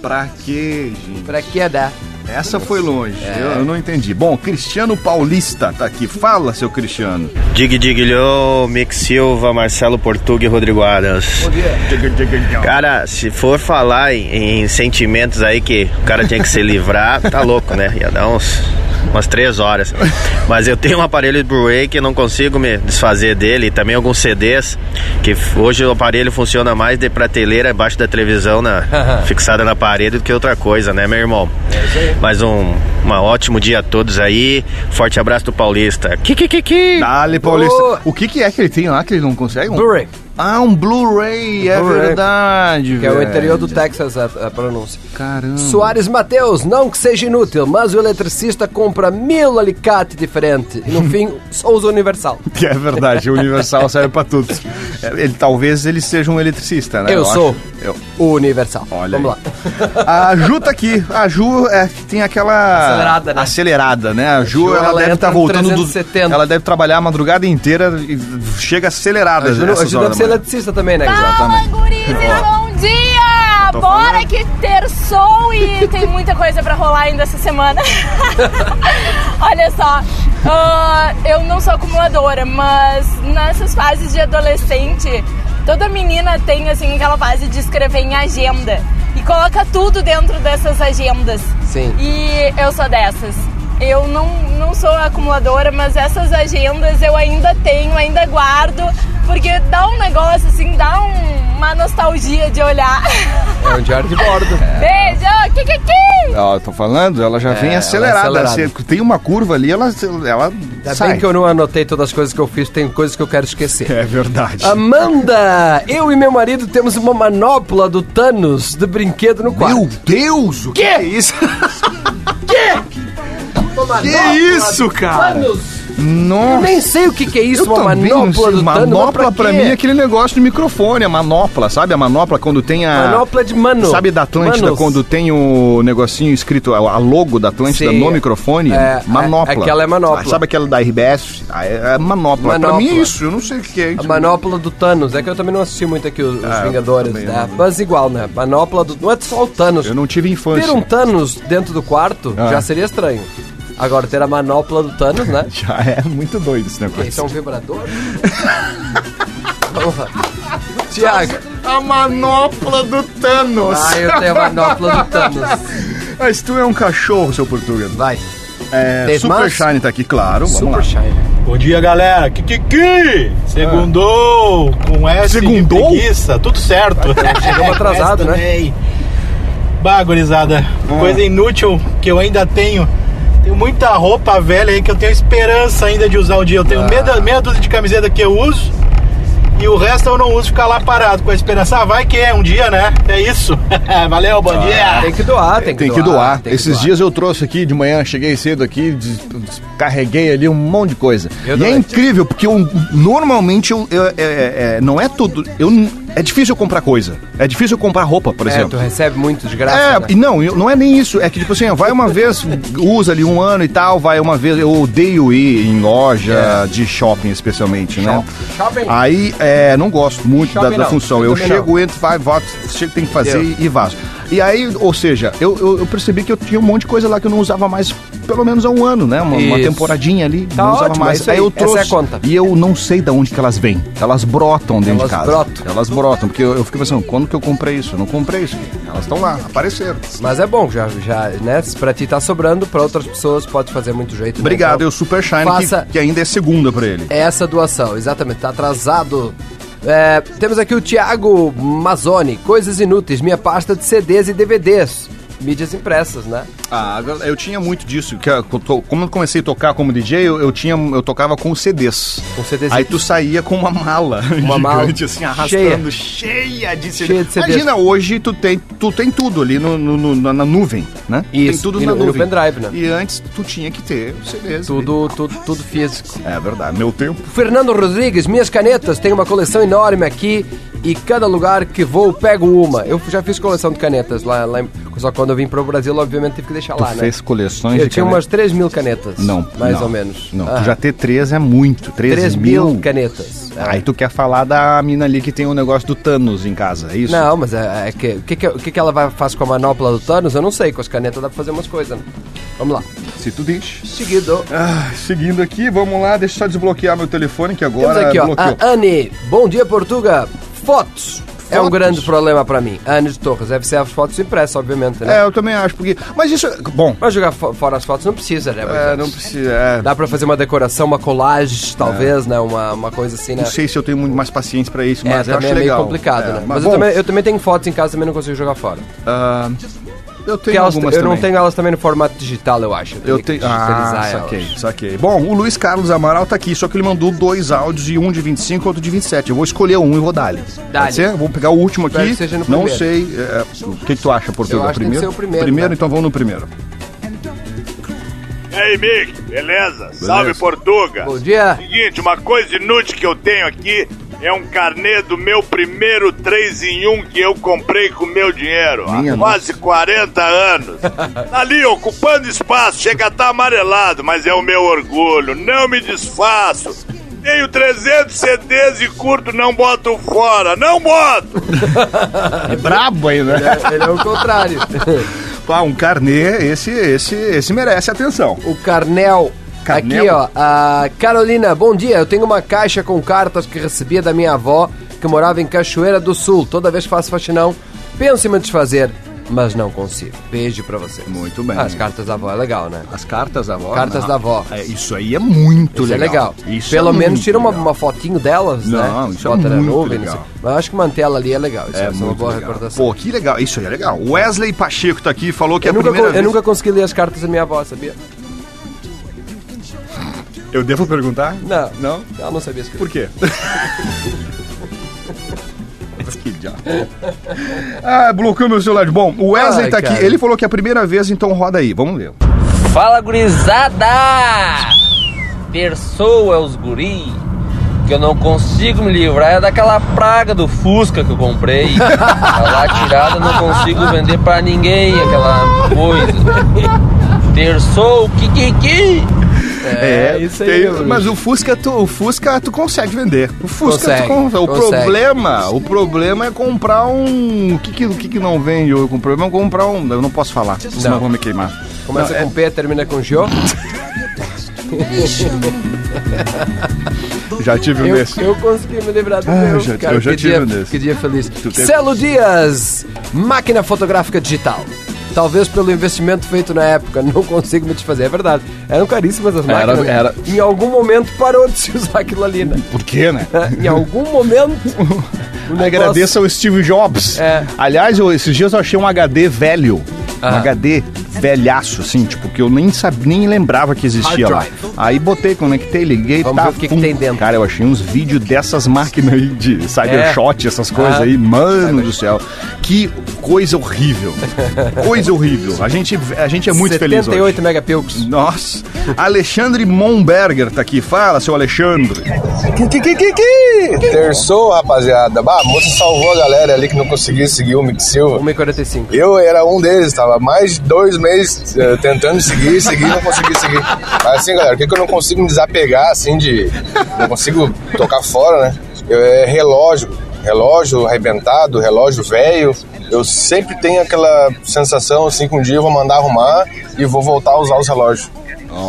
Speaker 4: Pra quê, gente?
Speaker 5: Pra que é dar?
Speaker 4: Essa foi longe.
Speaker 5: É.
Speaker 4: Eu, eu não entendi. Bom, Cristiano Paulista tá aqui. Fala, seu Cristiano.
Speaker 7: Dig Diglio, Mick Silva, Marcelo Portuga e Rodrigo Adams. Cara, se for falar em, em sentimentos aí que o cara tinha que se livrar, tá louco, né? Ia dar uns, umas três horas. Mas eu tenho um aparelho de Blu-ray que eu não consigo me desfazer dele. E também alguns CDs, que f- hoje o aparelho funciona mais de prateleira abaixo da televisão, na, fixada na parede, do que outra coisa, né, meu irmão? Mas um, um ótimo dia a todos aí. Forte abraço do Paulista. Kikikiki!
Speaker 4: Dale, Paulista.
Speaker 5: Boa.
Speaker 4: O que, que é que ele tem lá que ele não consegue? Um-
Speaker 5: Blu-ray.
Speaker 4: Ah, um Blu-ray, é
Speaker 5: Blu-ray.
Speaker 4: verdade.
Speaker 5: Que é o
Speaker 4: velho.
Speaker 5: interior do Texas a, a pronúncia.
Speaker 4: Caramba.
Speaker 5: Soares Mateus, não que seja inútil, mas o eletricista compra mil alicate diferente. E no fim, só usa o universal.
Speaker 4: Que é verdade, o Universal serve pra tudo. É, Ele, talvez ele seja um eletricista, né?
Speaker 5: Eu sou.
Speaker 4: acho. Eu.
Speaker 5: O universal.
Speaker 4: Olha
Speaker 5: Vamos
Speaker 4: aí.
Speaker 5: lá.
Speaker 4: A Ju tá aqui. A Ju é, que tem aquela.
Speaker 8: Acelerada, né?
Speaker 4: Acelerada, né? A Ju,
Speaker 5: Ju,
Speaker 4: ela,
Speaker 5: ela
Speaker 4: deve estar tá
Speaker 5: entra no
Speaker 4: voltando
Speaker 5: 370.
Speaker 4: do. Ela deve trabalhar a madrugada inteira e chega acelerada.
Speaker 5: Ajuda,
Speaker 4: essas
Speaker 5: ajuda
Speaker 4: horas
Speaker 5: a ser
Speaker 4: da manhã.
Speaker 5: eletricista também, né? Exato.
Speaker 9: Fala, gurizes, bom dia!
Speaker 4: Tô
Speaker 9: Bora
Speaker 4: falando.
Speaker 9: que ter sol e tem muita coisa pra rolar ainda essa semana. Olha só, ah, eu não sou acumuladora, mas nessas fases de adolescente, toda menina tem assim aquela fase de escrever em agenda e coloca tudo dentro dessas agendas.
Speaker 5: Sim.
Speaker 9: E eu sou dessas. Eu não, não sou acumuladora, mas essas agendas eu ainda tenho, ainda guardo, porque dá um negócio assim, dá um- uma nostalgia de olhar.
Speaker 5: É um diário de bordo.
Speaker 9: Beijo, Kikiki!
Speaker 4: Ó, tô falando, ela já vem
Speaker 5: ela é
Speaker 4: acelerada.
Speaker 5: acelerada.
Speaker 4: Você- tem uma curva ali, ela. ela
Speaker 5: Ainda
Speaker 4: sai.
Speaker 5: bem que eu não anotei todas as coisas que eu fiz, tem coisas que eu quero esquecer.
Speaker 4: É verdade.
Speaker 5: Amanda, eu e meu marido temos uma manopla do Thanos de brinquedo no quarto.
Speaker 4: Meu Deus, o que, é isso? que isso, cara?
Speaker 5: Eu
Speaker 4: Nossa.
Speaker 5: nem sei o que, que é isso,
Speaker 4: Eu
Speaker 5: uma
Speaker 4: também não sei.
Speaker 5: manopla do Thanos. mas
Speaker 4: Manopla pra
Speaker 5: quê?
Speaker 4: mim é aquele negócio de microfone, a manopla, sabe? A manopla quando tem a.
Speaker 5: Manopla de mano.
Speaker 4: Sabe da Atlântida
Speaker 5: Manos.
Speaker 4: quando tem o negocinho escrito, a logo da Atlântida
Speaker 5: Sim.
Speaker 4: no microfone?
Speaker 5: É,
Speaker 4: manopla.
Speaker 5: é- aquela é manopla.
Speaker 4: Ah, Sabe aquela da RBS? Ah, É é manopla. Pra
Speaker 5: Manopla.
Speaker 4: mim é isso, eu não sei o que é.
Speaker 5: A manopla do Thanos. É que eu também não assisti muito aqui os, os
Speaker 4: Ah, eu
Speaker 5: Vingadores,
Speaker 4: também
Speaker 5: né? Mas igual, né? Manopla do... Não é só o Thanos.
Speaker 4: Eu não tive infância.
Speaker 5: Ter um Thanos dentro do quarto
Speaker 4: Ah.
Speaker 5: já seria estranho. Agora, ter a manopla do Thanos, né?
Speaker 4: Já é muito doido esse negócio.
Speaker 5: Isso é um vibrador? Vamos lá. Tiago.
Speaker 4: A manopla do Thanos.
Speaker 5: Ah, eu tenho a manopla do Thanos.
Speaker 4: Mas tu é um cachorro, seu português.
Speaker 5: Vai.
Speaker 4: É,
Speaker 5: Dez
Speaker 4: Super
Speaker 5: mãos?
Speaker 4: Shine tá aqui, claro. Vamos lá.
Speaker 5: Super Shine.
Speaker 10: Bom dia, galera. Kikiki! Segundou! Com S
Speaker 4: Segundou?
Speaker 10: de preguiça, tudo certo.
Speaker 5: Chegamos atrasado, né?
Speaker 10: Também. Bah, gurizada, coisa inútil que eu ainda tenho. Tenho muita roupa velha aí que eu tenho esperança ainda de usar um dia. Eu
Speaker 11: Ah.
Speaker 10: tenho meia, meia dúzia de camiseta que eu uso e o resto eu não uso, ficar lá parado com a esperança. Ah, vai que é um dia, né? É isso. Valeu,
Speaker 11: Tá.
Speaker 10: bom dia!
Speaker 5: Tem que doar, tem que
Speaker 4: Tem que
Speaker 5: doar.
Speaker 4: doar.
Speaker 5: tem que
Speaker 4: Esses
Speaker 5: doar.
Speaker 4: dias eu trouxe aqui de manhã, cheguei cedo aqui, des- descarreguei ali um monte de coisa.
Speaker 5: Eu
Speaker 4: e é
Speaker 5: também.
Speaker 4: incrível, porque eu, normalmente eu, eu- é- é- é- não é tudo. Eu, n- é difícil eu comprar coisa. É difícil eu comprar roupa, por
Speaker 5: É, tu
Speaker 4: exemplo.
Speaker 5: recebe muito de graça.
Speaker 4: assim, É,
Speaker 5: né?
Speaker 4: e não, eu- não é nem isso. É que, tipo assim, vai uma vez, usa ali um ano e tal, vai uma vez. Eu odeio ir em loja de shopping, especialmente, né?
Speaker 5: É. Shopping.
Speaker 4: Aí, é, não gosto muito da,
Speaker 5: Shopping
Speaker 4: da
Speaker 5: não,
Speaker 4: função.
Speaker 5: eu
Speaker 4: Eu
Speaker 5: também
Speaker 4: chego, entro, vai, voto, chego, tem que fazer
Speaker 5: Eu.
Speaker 4: e vazo. E aí, ou seja, eu, eu, eu percebi que eu tinha um monte de coisa lá que eu não usava mais, pelo menos há um ano, né? Uma, uma
Speaker 5: Isso.
Speaker 4: temporadinha ali,
Speaker 5: Tá
Speaker 4: não usava
Speaker 5: ótimo, é
Speaker 4: mais.
Speaker 5: isso aí,
Speaker 4: eu
Speaker 5: essa é a conta.
Speaker 4: E eu não sei de onde que elas vêm. Elas brotam dentro
Speaker 5: Elas
Speaker 4: de casa.
Speaker 5: brotam.
Speaker 4: Elas brotam, porque eu, eu fico pensando, quando que eu comprei isso? Eu não comprei isso. Elas estão lá, apareceram.
Speaker 5: Mas é bom, já, já, né? Se pra ti tá sobrando, pra outras pessoas pode fazer muito jeito. né?
Speaker 4: Obrigado,
Speaker 5: Então,
Speaker 4: eu Super Shine,
Speaker 5: Faça-
Speaker 4: que, que ainda é segunda pra ele.
Speaker 5: É essa doação, exatamente, tá atrasado. É, temos aqui o Thiago Mazzoni, coisas inúteis, minha pasta de CDs e DVDs. Mídias impressas, né?
Speaker 4: Ah, agora, eu tinha muito disso. Que, eu to- como eu comecei a tocar como DJ, eu, eu tinha, eu tocava com CDs.
Speaker 5: Com CDs.
Speaker 4: Aí tu saía com uma mala
Speaker 5: Uma
Speaker 4: gigante,
Speaker 5: mala
Speaker 4: assim, arrastando, cheia, de CDs.
Speaker 5: Cheia de CDs.
Speaker 4: Imagina, hoje tu tem, tu tem tudo ali no, no- no- na, na nuvem, né? Tem
Speaker 5: Isso,
Speaker 4: tudo
Speaker 5: e
Speaker 4: na
Speaker 5: no- e no
Speaker 4: nuvem.
Speaker 5: pendrive, né?
Speaker 4: E antes tu tinha que ter os CDs. ali.
Speaker 5: Tudo, tudo, tudo físico.
Speaker 4: É verdade, meu tempo.
Speaker 5: Fernando Rodrigues, minhas canetas, tem uma coleção enorme aqui e cada lugar que vou pego uma. Eu já fiz coleção de canetas lá, lá em- só que quando eu vim pro Brasil, obviamente tive que deixar lá,
Speaker 4: tu
Speaker 5: né?
Speaker 4: fez coleções
Speaker 5: Eu
Speaker 4: de
Speaker 5: tinha
Speaker 4: caneta?
Speaker 5: umas 3 mil canetas.
Speaker 4: Não.
Speaker 5: Mais
Speaker 4: não,
Speaker 5: ou menos.
Speaker 4: Não,
Speaker 5: Ah,
Speaker 4: tu já ter três é muito. Três,
Speaker 5: 3
Speaker 4: mil.
Speaker 5: mil canetas.
Speaker 4: Aí tu quer falar da mina ali que tem um negócio do Thanos em casa, é isso?
Speaker 5: Não, mas é, é que, o que, que, o que, que ela vai, faz com a manopla do Thanos? Eu não sei, com as canetas dá pra fazer umas coisas, né? Vamos lá.
Speaker 4: Se tu diz.
Speaker 5: Seguido.
Speaker 4: Ah, seguindo aqui, vamos lá, deixa eu só desbloquear meu telefone que
Speaker 5: Temos
Speaker 4: agora
Speaker 5: aqui, ó, Ah,
Speaker 4: bloqueou.
Speaker 5: a Anne. Bom dia, Portuga. Fotos. É um grande problema pra mim. Anne de Torres. Deve ser as fotos impressas, obviamente, né?
Speaker 4: É, eu também acho, porque. Mas isso. Bom,
Speaker 5: Mas jogar fo- fora as fotos não precisa, né? Mas,
Speaker 4: é, não precisa. é,
Speaker 5: Dá pra fazer uma decoração, uma colagem, talvez, né? Uma, uma coisa assim, né?
Speaker 4: não sei se eu tenho muito mais paciência pra isso,
Speaker 5: É,
Speaker 4: mas eu
Speaker 5: também
Speaker 4: acho
Speaker 5: é meio
Speaker 4: legal.
Speaker 5: complicado,
Speaker 4: É,
Speaker 5: né? Mas,
Speaker 4: Mas,
Speaker 5: eu,
Speaker 4: bom,
Speaker 5: também, eu também tenho fotos em casa, também não consigo jogar fora.
Speaker 4: ah, eu
Speaker 5: Porque
Speaker 4: tenho
Speaker 5: elas, eu
Speaker 4: algumas
Speaker 5: não
Speaker 4: também.
Speaker 5: tenho elas também no formato digital, eu acho.
Speaker 4: Eu
Speaker 5: teria
Speaker 4: tenho.
Speaker 5: que digitalizar
Speaker 4: Ah,
Speaker 5: elas.
Speaker 4: saquei, saquei. Bom, o Luiz Carlos Amaral tá aqui, só que ele mandou dois áudios, e um de 25 e outro de 27. Eu vou escolher um e vou dar-lhe.
Speaker 5: Dá-lhe.
Speaker 4: Pode ser? Vamos pegar o último aqui.
Speaker 5: Espero que seja no
Speaker 4: Não
Speaker 5: primeiro.
Speaker 4: sei. é, o que, que tu acha, Portugal?
Speaker 5: Eu acho que tem que
Speaker 4: primeiro?
Speaker 5: ser o primeiro, né?
Speaker 4: então vamos no primeiro.
Speaker 8: E aí, Mick, beleza? Salve, Portuga.
Speaker 5: Bom dia.
Speaker 8: Seguinte, uma coisa inútil que eu tenho aqui é um carnê do meu primeiro 3 em 1 que eu comprei com meu dinheiro.
Speaker 4: Minha
Speaker 8: há quase 40 anos. tá ali, ocupando espaço, chega a estar amarelado, mas é o meu orgulho. Não me desfaço. Tenho 300 CDs e curto, não boto fora. Não boto!
Speaker 4: É brabo aí, né?
Speaker 5: Ele é o contrário.
Speaker 4: Pá, um carnê, esse, esse, esse merece atenção.
Speaker 5: o Carnel.
Speaker 4: Carnel?
Speaker 5: Aqui, ó. A Carolina, bom dia. Eu tenho uma caixa com cartas que recebia da minha avó, que morava em Cachoeira do Sul. Toda vez que faço faxinão, penso em me desfazer, mas não consigo. Beijo pra vocês.
Speaker 4: Muito bem.
Speaker 5: Ah, as cartas da avó é legal, né?
Speaker 4: As cartas da avó.
Speaker 5: Cartas
Speaker 4: não.
Speaker 5: da avó.
Speaker 4: É, isso aí é muito
Speaker 5: Isso é
Speaker 4: legal.
Speaker 5: legal. Pelo
Speaker 4: é
Speaker 5: menos
Speaker 4: muito
Speaker 5: tira uma,
Speaker 4: legal.
Speaker 5: uma fotinho delas, né?
Speaker 4: Não, isso é
Speaker 5: Bota na
Speaker 4: muito
Speaker 5: nuvem, não
Speaker 4: legal.
Speaker 5: sei. Mas eu acho que manter ela ali é legal. Isso
Speaker 4: É
Speaker 5: é, uma
Speaker 4: muito
Speaker 5: boa
Speaker 4: legal.
Speaker 5: recordação.
Speaker 4: Pô, que legal. Isso aí é legal. Wesley Pacheco tá aqui, falou que é
Speaker 5: eu,
Speaker 4: a
Speaker 5: nunca,
Speaker 4: primeira
Speaker 5: con- eu
Speaker 4: vez...
Speaker 5: nunca consegui ler as cartas da minha avó, sabia?
Speaker 4: Eu devo perguntar?
Speaker 5: Não.
Speaker 4: Não?
Speaker 5: Ela não sabia escrever.
Speaker 4: Por quê? que diabo. Ah, bloqueou meu celular. Bom, o Wesley
Speaker 5: Ai,
Speaker 4: tá
Speaker 5: cara.
Speaker 4: aqui. Ele falou que é a primeira vez, então roda aí. Vamos ver.
Speaker 12: Fala gurizada! Persoa os guri que eu não consigo me livrar é daquela praga do Fusca que eu comprei. Tá lá tirada, eu não consigo vender pra ninguém aquela coisa. Terçou o Kikiki!
Speaker 5: É, isso aí,
Speaker 4: tem-
Speaker 5: meu bruxo.
Speaker 4: mas o Fusca, tu, o Fusca tu consegue vender. O Fusca tu
Speaker 5: Consegue,
Speaker 4: consegue. O
Speaker 5: consegue.
Speaker 4: problema, o problema é comprar um. O que que, o que que não vende? O problema é comprar um. Eu não posso falar, senão
Speaker 5: Não.
Speaker 4: eu vou me queimar.
Speaker 5: Começa com
Speaker 4: é
Speaker 5: P, termina com Gio.
Speaker 4: Já tive um
Speaker 5: Eu,
Speaker 4: desse.
Speaker 5: eu consegui me livrar do
Speaker 4: Ah,
Speaker 5: meu,
Speaker 4: eu já-
Speaker 5: cara.
Speaker 4: eu já
Speaker 5: que
Speaker 4: tive
Speaker 5: dia,
Speaker 4: um desse.
Speaker 5: Que dia feliz.
Speaker 4: teve?
Speaker 5: Celo Dias, máquina fotográfica digital. Talvez pelo investimento feito na época, não consigo me desfazer. É verdade. Eram caríssimas as
Speaker 4: Era-
Speaker 5: máquinas. né?
Speaker 4: era.
Speaker 5: Em algum momento parou de se usar aquilo ali, né?
Speaker 4: Por quê, né?
Speaker 5: em algum momento. o negócio-
Speaker 4: Agradeço ao Steve Jobs.
Speaker 5: É.
Speaker 4: Aliás, eu- esses dias eu achei um HD velho. Um HD velhaço, assim, tipo, que eu nem sabia, nem lembrava que existia
Speaker 5: Hard
Speaker 4: lá.
Speaker 5: drive.
Speaker 4: Aí botei, conectei, liguei,
Speaker 5: Vamos
Speaker 4: tá,
Speaker 5: ver o que que
Speaker 4: pum.
Speaker 5: tem dentro.
Speaker 4: Cara, eu achei uns vídeos dessas máquinas aí de Cybershot, essas coisas
Speaker 5: Ah.
Speaker 4: aí. Mano do céu. Que coisa horrível. coisa horrível. A gente, a gente é muito feliz hoje.
Speaker 5: 78 megapixels.
Speaker 4: Nossa. Alexandre Monberger tá aqui. Fala, seu Alexandre.
Speaker 13: Terçou, rapaziada. Bah, a moça salvou a galera ali que não conseguia seguir o Mick Silva.
Speaker 5: 1,45.
Speaker 13: Eu era um deles, tava mais de dois meses eh, tentando seguir, seguir, não consegui seguir. Mas assim, galera, o que, que eu não consigo me desapegar, assim, de. Não consigo tocar fora, né? Eu, é relógio. Relógio arrebentado, relógio velho. Eu sempre tenho aquela sensação, assim, que um dia eu vou mandar arrumar e vou voltar a usar os relógios.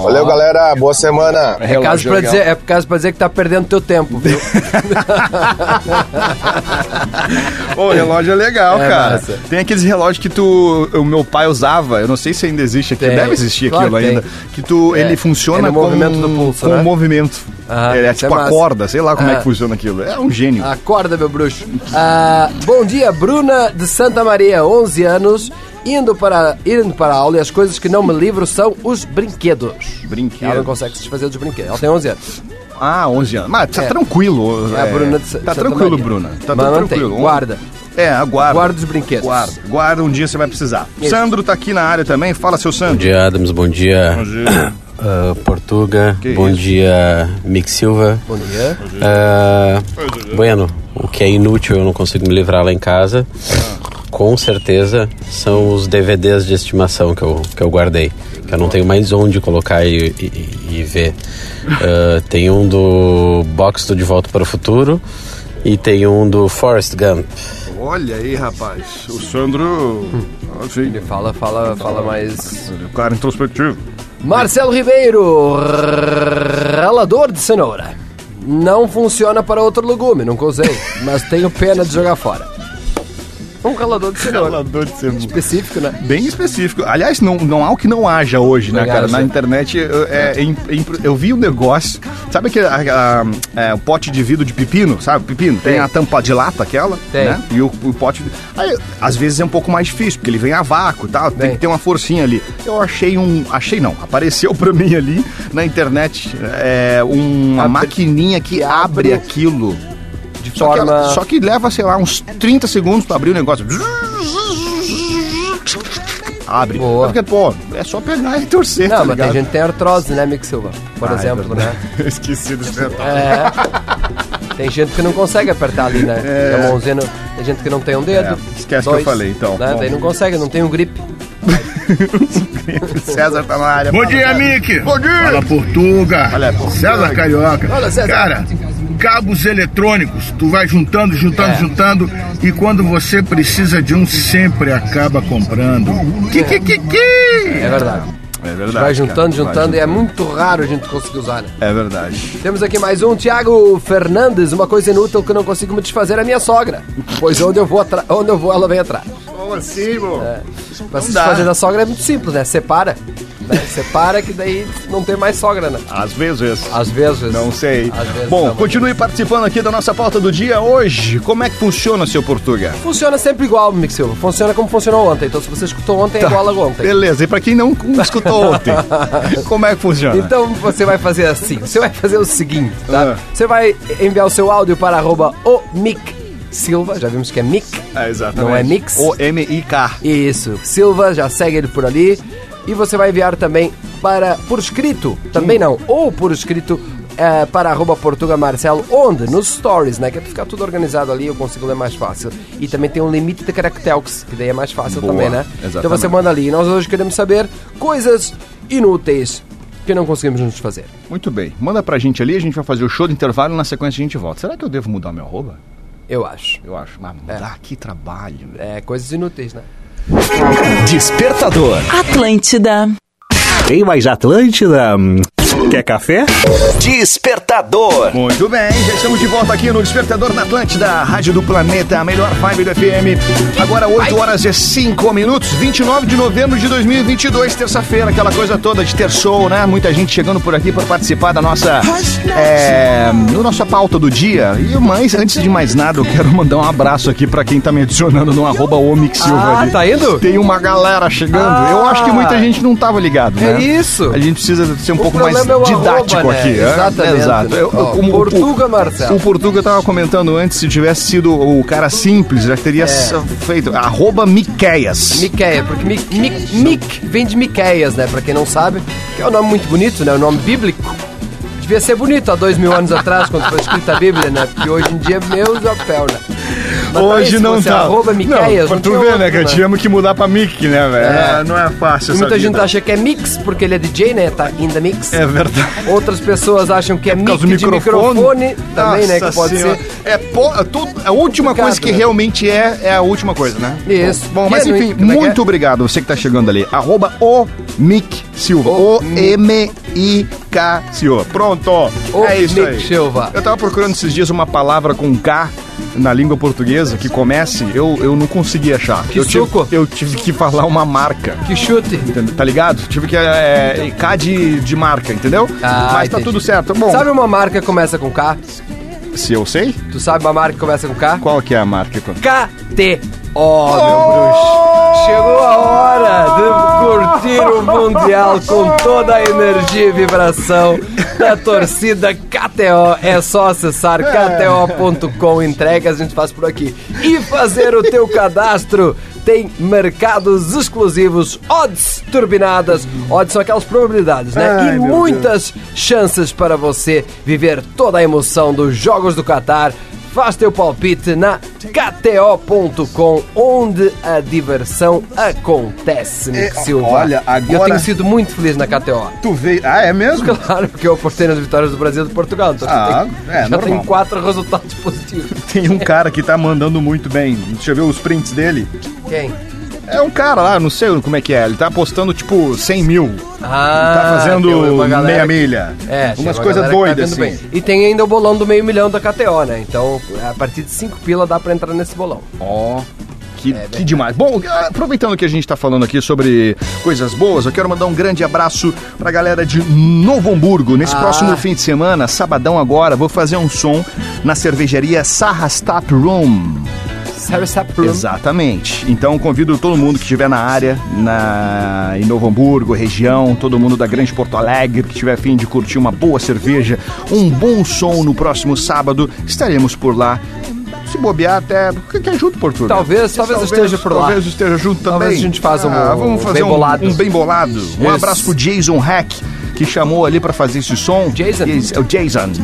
Speaker 13: Valeu, galera. Boa semana.
Speaker 5: É caso, pra dizer, é caso pra dizer que tá perdendo teu tempo, viu?
Speaker 4: Ô, relógio é legal,
Speaker 5: É
Speaker 4: cara.
Speaker 5: massa.
Speaker 4: Tem aqueles relógios que tu, o meu pai usava, eu não sei se ainda existe aqui,
Speaker 5: Tem.
Speaker 4: deve existir
Speaker 5: Claro
Speaker 4: aquilo
Speaker 5: que
Speaker 4: ainda,
Speaker 5: tem.
Speaker 4: que tu,
Speaker 5: É.
Speaker 4: ele funciona
Speaker 5: É no
Speaker 4: com
Speaker 5: movimento do pulso,
Speaker 4: com
Speaker 5: né?
Speaker 4: movimento.
Speaker 5: Ah,
Speaker 4: ele é
Speaker 5: isso é
Speaker 4: tipo a
Speaker 5: massa.
Speaker 4: corda, sei lá como é
Speaker 5: Ah.
Speaker 4: que funciona aquilo. É um gênio.
Speaker 5: Acorda, meu bruxo. Ah, bom dia, Bruna de Santa Maria, 11 anos, indo para, indo para a aula e as coisas que não me livro são os brinquedos.
Speaker 4: Brinquedos.
Speaker 5: Ela não consegue se desfazer dos brinquedos. Ela tem 11 anos.
Speaker 4: Ah, 11 anos. Mas tá
Speaker 5: É.
Speaker 4: tranquilo.
Speaker 5: É a Bruna de Sa-
Speaker 4: Tá
Speaker 5: Santa
Speaker 4: tranquilo,
Speaker 5: Maria.
Speaker 4: Bruna. Tá
Speaker 5: Mas mantém,
Speaker 4: tranquilo.
Speaker 5: guarda.
Speaker 4: É, aguarda.
Speaker 5: Guarda os brinquedos.
Speaker 4: Guarda. Guarda, um dia você vai precisar. Sandro tá aqui na área também. Fala, seu
Speaker 12: Bom
Speaker 4: Sandro.
Speaker 12: dia, Adams, bom dia.
Speaker 4: dia.
Speaker 12: ah, Portuga,
Speaker 4: Que
Speaker 12: bom
Speaker 4: isso?
Speaker 12: dia, Mick Silva.
Speaker 5: Bom dia.
Speaker 12: Ah, bueno, o que é inútil eu não consigo me livrar lá em casa.
Speaker 11: com certeza são os DVDs de estimação que eu, que eu guardei. Que eu não tenho mais onde colocar e, e- e ver. Ah, tem um do Box do De Volta para o Futuro e tem um do Forrest Gump.
Speaker 4: Olha aí, rapaz. O Sandro. ah, Ele
Speaker 5: fala, fala,
Speaker 4: Tá
Speaker 5: fala mais.
Speaker 4: O é um cara introspectivo.
Speaker 5: Marcelo Ribeiro, ralador de cenoura. Não funciona para outro legume, nunca usei, mas tenho pena de jogar fora. Um ralador de cenoura.
Speaker 4: Ralador de cenoura.
Speaker 5: Específico, né?
Speaker 4: Bem específico. Aliás, não, não há o que não haja hoje, né,
Speaker 5: Não
Speaker 4: cara?
Speaker 5: haja.
Speaker 4: Na internet, eu, é, é imp- é impr- eu vi um negócio. Sabe aquele a- a- é, o pote de vidro de pepino? Sabe, pepino? Tem,
Speaker 5: Tem.
Speaker 4: a tampa de lata, aquela,
Speaker 5: Tem.
Speaker 4: né? E o, o pote. Aí, às vezes é um pouco mais difícil, porque ele vem a vácuo e tal, tem que ter uma forcinha ali. Eu achei um. Achei não, apareceu pra mim ali na internet é, uma maquininha que abre aquilo.
Speaker 5: De
Speaker 4: só Que ela- só que leva, sei lá, uns 30 segundos pra abrir o negócio. Abre.
Speaker 5: Boa.
Speaker 4: Porque, pô, é só pegar e torcer.
Speaker 5: Não,
Speaker 4: tá
Speaker 5: mas tem
Speaker 4: ligado?
Speaker 5: gente que tem artrose, né, Mick Silva? Por
Speaker 4: Ah, é
Speaker 5: exemplo, né?
Speaker 4: verdade. Esqueci desse detalhe.
Speaker 5: É. Tem gente que não consegue apertar ali, né?
Speaker 4: É.
Speaker 5: A mãozinha, não- tem gente que não tem um dedo.
Speaker 4: É, esquece que eu falei, então.
Speaker 5: né?
Speaker 4: Bom.
Speaker 5: Daí não consegue, não tem um grip.
Speaker 4: César tá na área.
Speaker 14: Bom dia, Mick. Bom dia. Fala Portuga. César Carioca.
Speaker 4: Fala, César.
Speaker 14: Cara, cabos eletrônicos, tu vai juntando, juntando, juntando e quando você precisa de um, sempre acaba comprando. Que, que, que, que?
Speaker 5: É verdade.
Speaker 4: É verdade.
Speaker 5: vai juntando,
Speaker 4: cara, vai
Speaker 5: juntando, e é muito raro a gente conseguir usar, né?
Speaker 4: É verdade.
Speaker 5: Temos aqui mais um, Thiago Fernandes. Uma coisa inútil que eu não consigo me desfazer é a minha sogra. Pois onde eu vou, atra- onde eu vou ela vem atrás.
Speaker 4: Como assim, mano?
Speaker 5: É. Pra se
Speaker 4: dá.
Speaker 5: desfazer da sogra é muito simples, né? Separa. né? Separa que daí não tem mais sogra, né?
Speaker 4: Às vezes.
Speaker 5: Às vezes.
Speaker 4: Não sei.
Speaker 5: Às vezes
Speaker 4: Bom,
Speaker 5: não.
Speaker 4: continue participando aqui da nossa pauta do dia hoje. Como é que funciona, seu Portuga?
Speaker 5: Funciona sempre igual, Mick Silva. Funciona como funcionou ontem. Então, se você escutou ontem, é igual a ontem.
Speaker 4: Tá. Beleza, e pra quem não escutou ontem, como é que funciona?
Speaker 5: Então você vai fazer assim, você vai fazer o seguinte, tá?
Speaker 4: Ah.
Speaker 5: Você vai enviar o seu áudio para arroba o Mick Silva, já vimos que é Mick.
Speaker 4: É, exatamente.
Speaker 5: Não é Mix?
Speaker 4: O-M-I-K.
Speaker 5: Isso. Silva, já segue ele por ali. E você vai enviar também para por escrito, também não, ou por escrito é, para arroba Portuga Marcelo, onde? Nos stories, né? Que é pra ficar tudo organizado ali, eu consigo ler mais fácil. E também tem um limite de caracteres, que daí é mais fácil
Speaker 4: Boa,
Speaker 5: também, né? Então
Speaker 4: exatamente.
Speaker 5: você manda ali. E nós hoje queremos saber coisas inúteis que não conseguimos nos fazer.
Speaker 4: Muito bem. Manda pra gente ali, a gente vai fazer o show do intervalo e na sequência a gente volta. Será que eu devo mudar o meu arroba?
Speaker 5: Eu acho.
Speaker 4: Eu acho. Mas mudar, que trabalho.
Speaker 5: É, coisas inúteis, né?
Speaker 2: Despertador.
Speaker 15: Atlântida.
Speaker 2: Tem mais Atlântida? Hum, Quer café?
Speaker 3: Despertador.
Speaker 4: Muito bem, já estamos de volta aqui no Despertador da Atlântida, a Rádio do Planeta, a melhor vibe do FM. Agora 8 horas e 5 minutos, 29 de novembro de 2022, terça-feira, aquela coisa toda de ter show, né? Muita gente chegando por aqui para participar da nossa é, no nossa pauta do dia. E mais, antes de mais nada, eu quero mandar um abraço aqui para quem tá me adicionando no arroba Omix Silva
Speaker 5: Ah,
Speaker 4: ali.
Speaker 5: tá indo?
Speaker 4: Tem uma galera chegando. eu acho que muita gente não tava ligado, né?
Speaker 5: Ah. É isso.
Speaker 4: A gente precisa ser um
Speaker 5: O
Speaker 4: pouco mais
Speaker 5: problema é o
Speaker 4: didático
Speaker 5: arroba, né?
Speaker 4: aqui. é?
Speaker 5: Exatamente,
Speaker 4: Exato.
Speaker 5: né?
Speaker 4: Eu- eu-
Speaker 5: Ó,
Speaker 4: como-
Speaker 5: Portuga
Speaker 4: o-
Speaker 5: Marcelo.
Speaker 4: O Portuga tava comentando antes, se tivesse sido o cara simples, já teria
Speaker 5: É.
Speaker 4: s- feito. Arroba Miqueias.
Speaker 5: Miqueia, porque Mic, Mic, Mic vem de Miqueias, né? Pra quem não sabe, que é um nome muito bonito, né? Um nome bíblico. Devia ser bonito há dois mil anos atrás, quando foi escrita a Bíblia, né? Porque hoje em dia, meu chapéu, né? Mas também,
Speaker 4: Hoje
Speaker 5: se
Speaker 4: não
Speaker 5: fosse
Speaker 4: tá.
Speaker 5: é Arroba Miqueias,
Speaker 4: pra
Speaker 5: não
Speaker 4: tu
Speaker 5: tinha
Speaker 4: ver,
Speaker 5: outro,
Speaker 4: né, cara? Tivemos que mudar pra Mick, né, velho?
Speaker 5: É.
Speaker 4: É, Não é fácil
Speaker 5: E
Speaker 4: essa
Speaker 5: muita gente
Speaker 4: vida.
Speaker 5: acha que é mix, porque ele é DJ, né? Tá in the mix.
Speaker 4: É verdade.
Speaker 5: Outras pessoas acham que é, mic
Speaker 4: causa
Speaker 5: de
Speaker 4: do
Speaker 5: microfone, também, né?
Speaker 4: Nossa
Speaker 5: Que pode
Speaker 4: Senhora.
Speaker 5: ser.
Speaker 4: É, po- é tudo- a última
Speaker 5: Complicado,
Speaker 4: coisa que
Speaker 5: né?
Speaker 4: realmente é, é a última coisa, né?
Speaker 5: Isso.
Speaker 4: Bom,
Speaker 5: E
Speaker 4: mas
Speaker 5: é no-
Speaker 4: enfim,
Speaker 5: como é que é?
Speaker 4: muito obrigado você que tá chegando ali. Arroba o Mick Silva. O-M-I-K Silva. Pronto.
Speaker 5: O
Speaker 4: é isso
Speaker 5: Mick
Speaker 4: aí.
Speaker 5: Silva.
Speaker 4: Eu tava procurando esses dias uma palavra com K na língua portuguesa que comece, eu, eu não consegui achar.
Speaker 5: Que
Speaker 4: eu tive-
Speaker 5: suco.
Speaker 4: eu tive que falar uma marca.
Speaker 5: Que chute.
Speaker 4: Tá ligado? Tive que. É, K de, de marca, entendeu?
Speaker 5: Ah,
Speaker 4: Mas tá
Speaker 5: entendi.
Speaker 4: tudo certo. Bom,
Speaker 5: Sabe uma marca que começa com K?
Speaker 4: se eu sei.
Speaker 5: Tu sabe uma marca que começa com K?
Speaker 4: Qual que é a marca?
Speaker 5: KTO, meu
Speaker 4: Oh!
Speaker 5: bruxo. Chegou a hora de curtir o Mundial com toda a energia e vibração da torcida KTO. É só acessar kto.com, entrega, a gente faz por aqui. E fazer o teu cadastro. Tem mercados exclusivos, odds turbinadas. Odds são aquelas probabilidades, né?
Speaker 4: Ai,
Speaker 5: e
Speaker 4: meu
Speaker 5: muitas chances para você viver toda a emoção dos Jogos do Catar. Faz teu palpite na KTO.com, onde a diversão acontece, Nick
Speaker 4: É,
Speaker 5: Silva.
Speaker 4: olha,
Speaker 5: E Eu
Speaker 4: agora-
Speaker 5: tenho sido muito feliz na KTO.
Speaker 4: Tu veio. Ah, é mesmo?
Speaker 5: Claro, porque eu apostei nas vitórias do Brasil e do Portugal. Então
Speaker 4: Ah,
Speaker 5: tem-
Speaker 4: é,
Speaker 5: já
Speaker 4: normal.
Speaker 5: tenho quatro resultados positivos.
Speaker 4: Tem um cara que tá mandando muito bem. Deixa eu ver os prints dele.
Speaker 5: Quem?
Speaker 4: É um cara lá, não sei como é que é. Ele tá apostando tipo 100 mil.
Speaker 5: Ah,
Speaker 4: tá
Speaker 5: tem
Speaker 4: fazendo
Speaker 5: uma galera
Speaker 4: meia
Speaker 5: que-
Speaker 4: milha.
Speaker 5: É, chega
Speaker 4: Umas
Speaker 5: uma
Speaker 4: coisas
Speaker 5: galera que tá
Speaker 4: doidas,
Speaker 5: vendo
Speaker 4: assim.
Speaker 5: bem. E tem ainda o bolão do meio milhão da KTO, né? Então, a partir de 5 pila dá pra entrar nesse bolão.
Speaker 4: Ó, que,
Speaker 5: É,
Speaker 4: que demais. Bom, aproveitando que a gente tá falando aqui sobre coisas boas, eu quero mandar um grande abraço pra galera de Novo Hamburgo. Nesse
Speaker 15: Ah.
Speaker 4: próximo fim de semana, sabadão agora, vou fazer um som na cervejaria Sarras Tap Room.
Speaker 5: Sarras Tap
Speaker 4: Room. Exatamente. Então convido todo mundo que estiver na área, na, em Novo Hamburgo, região, todo mundo da Grande Porto Alegre, que tiver afim de curtir uma boa cerveja, um bom som no próximo sábado, estaremos por lá. Se bobear até. Que, que é junto, Portugal?
Speaker 5: Talvez, talvez eu esteja por lá.
Speaker 4: Talvez eu esteja junto também.
Speaker 5: Talvez a gente faça um-
Speaker 4: Ah,
Speaker 5: um
Speaker 4: vamos fazer
Speaker 5: bem
Speaker 4: um,
Speaker 5: bolado.
Speaker 4: um bem bolado. Um
Speaker 5: Isso.
Speaker 4: abraço pro Jason Hack, que chamou ali pra fazer esse som. Jason? o Jason.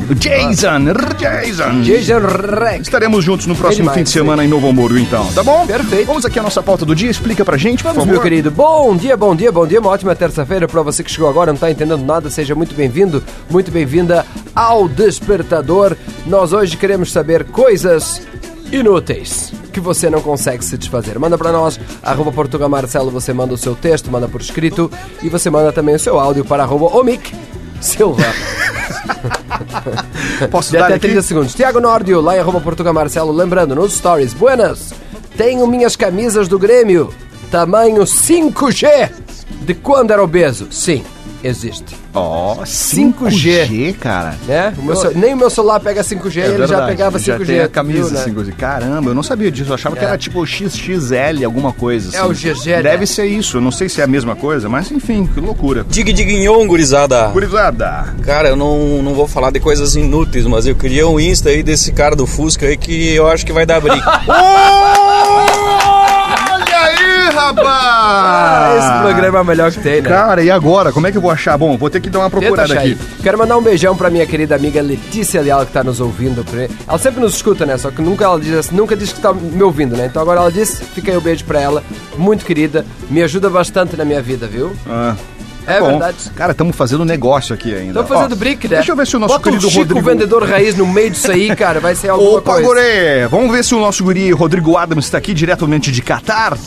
Speaker 4: O Jason.
Speaker 5: Ah.
Speaker 4: Jason.
Speaker 5: Jason Rex.
Speaker 4: Estaremos juntos no próximo
Speaker 5: Demais,
Speaker 4: fim de semana em Novo Hamburgo, então. Tá bom? Perfeito. Vamos aqui à nossa pauta do dia. Explica pra gente, por
Speaker 5: Vamos,
Speaker 4: favor.
Speaker 5: meu querido. Bom dia, bom dia, bom dia. Uma ótima terça-feira para você que chegou agora, não tá entendendo nada. Seja muito bem-vindo, muito bem-vinda ao Despertador. Nós hoje queremos saber coisas inúteis que você não consegue se desfazer. Manda para nós, arroba Portugal Marcelo, você manda o seu texto, manda por escrito e você manda também o seu áudio para arroba Omic Silva.
Speaker 4: Posso
Speaker 5: De
Speaker 4: dar
Speaker 5: até
Speaker 4: aqui?
Speaker 5: 30 segundos. Tiago Nórdio, lá em arroba Portugal Marcelo, lembrando, nos stories, buenas, tenho minhas camisas do Grêmio, tamanho 5G, de quando era obeso. Sim, existe.
Speaker 4: Ó,
Speaker 5: 5G.
Speaker 4: 5G, cara.
Speaker 5: É? O meu ce- nem o meu celular pega 5G, É ele já pegava 5G.
Speaker 4: É Já tem a
Speaker 5: tu
Speaker 4: camisa
Speaker 5: viu, né?
Speaker 4: 5G. Caramba, eu não sabia disso. Eu achava que
Speaker 5: É.
Speaker 4: era tipo XXL, alguma coisa assim.
Speaker 5: É o GG, né?
Speaker 4: Deve ser isso. Eu não sei se é a mesma coisa, mas enfim, que loucura.
Speaker 16: Dig Diguinhon, gurizada.
Speaker 4: Gurizada.
Speaker 16: Cara, eu não, não vou falar de coisas inúteis, mas eu queria um Insta aí desse cara do Fusca aí que eu acho que vai dar briga.
Speaker 4: Olha aí, rapaz!
Speaker 5: esse programa é o melhor que tem, né?
Speaker 4: Cara, e agora? Como é que eu vou achar? Bom, vou ter que dar uma
Speaker 5: Tenta
Speaker 4: procurada
Speaker 5: achar
Speaker 4: aqui.
Speaker 5: aí. Quero mandar um beijão pra minha querida amiga Letícia Leal, que tá nos ouvindo. por aí. Ela sempre nos escuta, né? Só que nunca ela diz assim- nunca diz que tá me ouvindo, né? Então agora ela disse, fica aí um beijo pra ela. Muito querida, me ajuda bastante na minha vida, viu?
Speaker 4: Ah,
Speaker 5: É
Speaker 4: bom.
Speaker 5: verdade.
Speaker 4: Cara, estamos fazendo negócio aqui ainda.
Speaker 5: Tô fazendo
Speaker 4: Ó,
Speaker 5: brick, né?
Speaker 4: Deixa eu ver se o nosso
Speaker 5: Bota um
Speaker 4: querido
Speaker 5: Chico
Speaker 4: Rodrigo...
Speaker 5: vendedor raiz no meio disso aí, cara. Vai ser alguma
Speaker 4: Opa,
Speaker 5: coisa.
Speaker 4: guri! Vamos ver se o nosso guri Rodrigo Adams está aqui diretamente de Catar.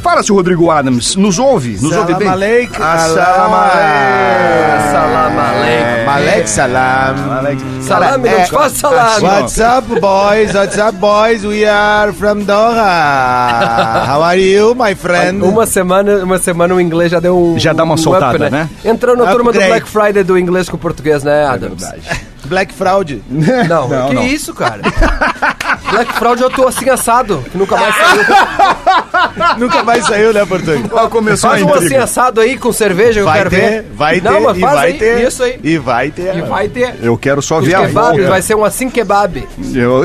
Speaker 4: Fala, seu Rodrigo Adams. Nos ouve? Nos ouve bem?
Speaker 17: Salam aleikum.
Speaker 4: Assalam aleikum.
Speaker 5: Salam
Speaker 4: aleikum.
Speaker 17: Malek salam.
Speaker 4: Salame,
Speaker 17: Cara, é,
Speaker 4: não te faz salame.
Speaker 17: What's up, boys? What's up, boys? We are from Doha. How are you, my friend?
Speaker 5: Uma semana, uma semana o inglês já deu um. Já dá
Speaker 4: uma soltada, né? É
Speaker 5: Entrou na turma do
Speaker 17: Upgrade.
Speaker 5: Black Friday do inglês com o português, né, Adams?
Speaker 17: Black Fraud.
Speaker 5: Não, que isso, cara? Black Fraud eu tô assim assado, que nunca mais saiu.
Speaker 17: Nunca mais saiu, né, Portugal?
Speaker 4: começou
Speaker 5: Faz
Speaker 17: a
Speaker 5: um
Speaker 17: intriga.
Speaker 5: assim assado aí com cerveja,
Speaker 17: Vai
Speaker 5: eu quero
Speaker 17: ter,
Speaker 5: ver.
Speaker 17: vai
Speaker 5: Não,
Speaker 17: ter,
Speaker 5: mas
Speaker 17: e
Speaker 5: faz
Speaker 17: vai
Speaker 5: aí,
Speaker 17: ter.
Speaker 5: Isso aí.
Speaker 17: E vai ter.
Speaker 5: E vai ter.
Speaker 4: Eu quero só
Speaker 5: Os
Speaker 4: ver a
Speaker 5: kebabs,
Speaker 4: volta.
Speaker 5: vai ser um assim kebab.
Speaker 4: Eu...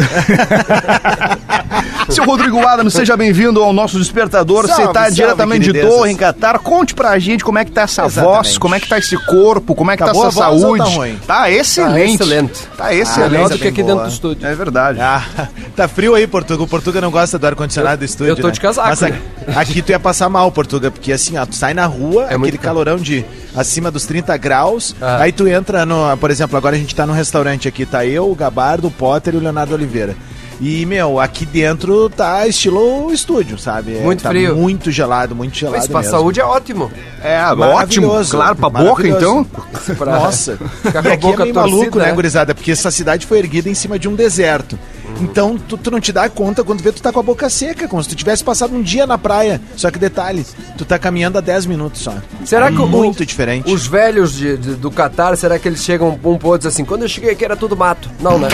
Speaker 4: Seu Rodrigo Adams, seja bem-vindo ao nosso despertador. Você
Speaker 17: Salve,
Speaker 4: está
Speaker 17: salve,
Speaker 4: diretamente de
Speaker 17: queridezas.
Speaker 4: Doha, em Catar. Conte pra gente como é que tá essa voz,
Speaker 17: Exatamente.
Speaker 4: como é que tá esse corpo, como é que
Speaker 17: Tá
Speaker 4: tá,
Speaker 17: boa
Speaker 4: essa
Speaker 17: a voz ou
Speaker 4: saúde.
Speaker 17: tá ruim?
Speaker 4: Tá excelente.
Speaker 17: Tá excelente.
Speaker 4: Tá excelente.
Speaker 17: Ah, melhor do que aqui dentro do
Speaker 5: estúdio.
Speaker 4: É verdade.
Speaker 17: Ah, tá frio aí, Portuga. O Portuga não gosta do ar-condicionado do estúdio.
Speaker 5: eu tô
Speaker 17: né?
Speaker 5: de casaco,
Speaker 17: Mas a-
Speaker 5: né?
Speaker 17: aqui tu ia passar mal, Portuga, porque assim, ó, tu sai na rua,
Speaker 5: É
Speaker 17: aquele calorão de acima dos 30 graus.
Speaker 5: Ah.
Speaker 17: Aí tu entra no. Por exemplo, agora a gente tá num restaurante aqui, tá eu, o Gabardo, o Potter e o Leonardo Oliveira. E, meu, aqui dentro tá estilo estúdio, sabe? É,
Speaker 5: Muito
Speaker 17: tá
Speaker 5: frio.
Speaker 17: Muito gelado, muito gelado.
Speaker 5: Mas pra
Speaker 17: mesmo.
Speaker 5: saúde é ótimo.
Speaker 4: É,
Speaker 5: Ah,
Speaker 17: Maravilhoso,
Speaker 5: então?
Speaker 17: maravilhoso.
Speaker 4: então?
Speaker 5: Pra-
Speaker 17: Nossa.
Speaker 5: Ficar com
Speaker 17: e
Speaker 5: a
Speaker 17: aqui é
Speaker 5: boca
Speaker 17: meio
Speaker 5: torcida,
Speaker 17: maluco, né,
Speaker 5: né?
Speaker 17: gurizada? Porque essa cidade foi erguida em cima de um deserto. Então, tu, tu não te dá conta quando vê tu tá com a boca seca, como se tu tivesse passado um dia na praia. Só que detalhe, tu tá caminhando há 10 minutos só.
Speaker 5: Será
Speaker 17: É
Speaker 5: que o-
Speaker 17: muito diferente.
Speaker 5: Os velhos de- de- do Catar, será que eles chegam um pouco outro assim? Quando eu cheguei aqui era tudo mato. Não, né?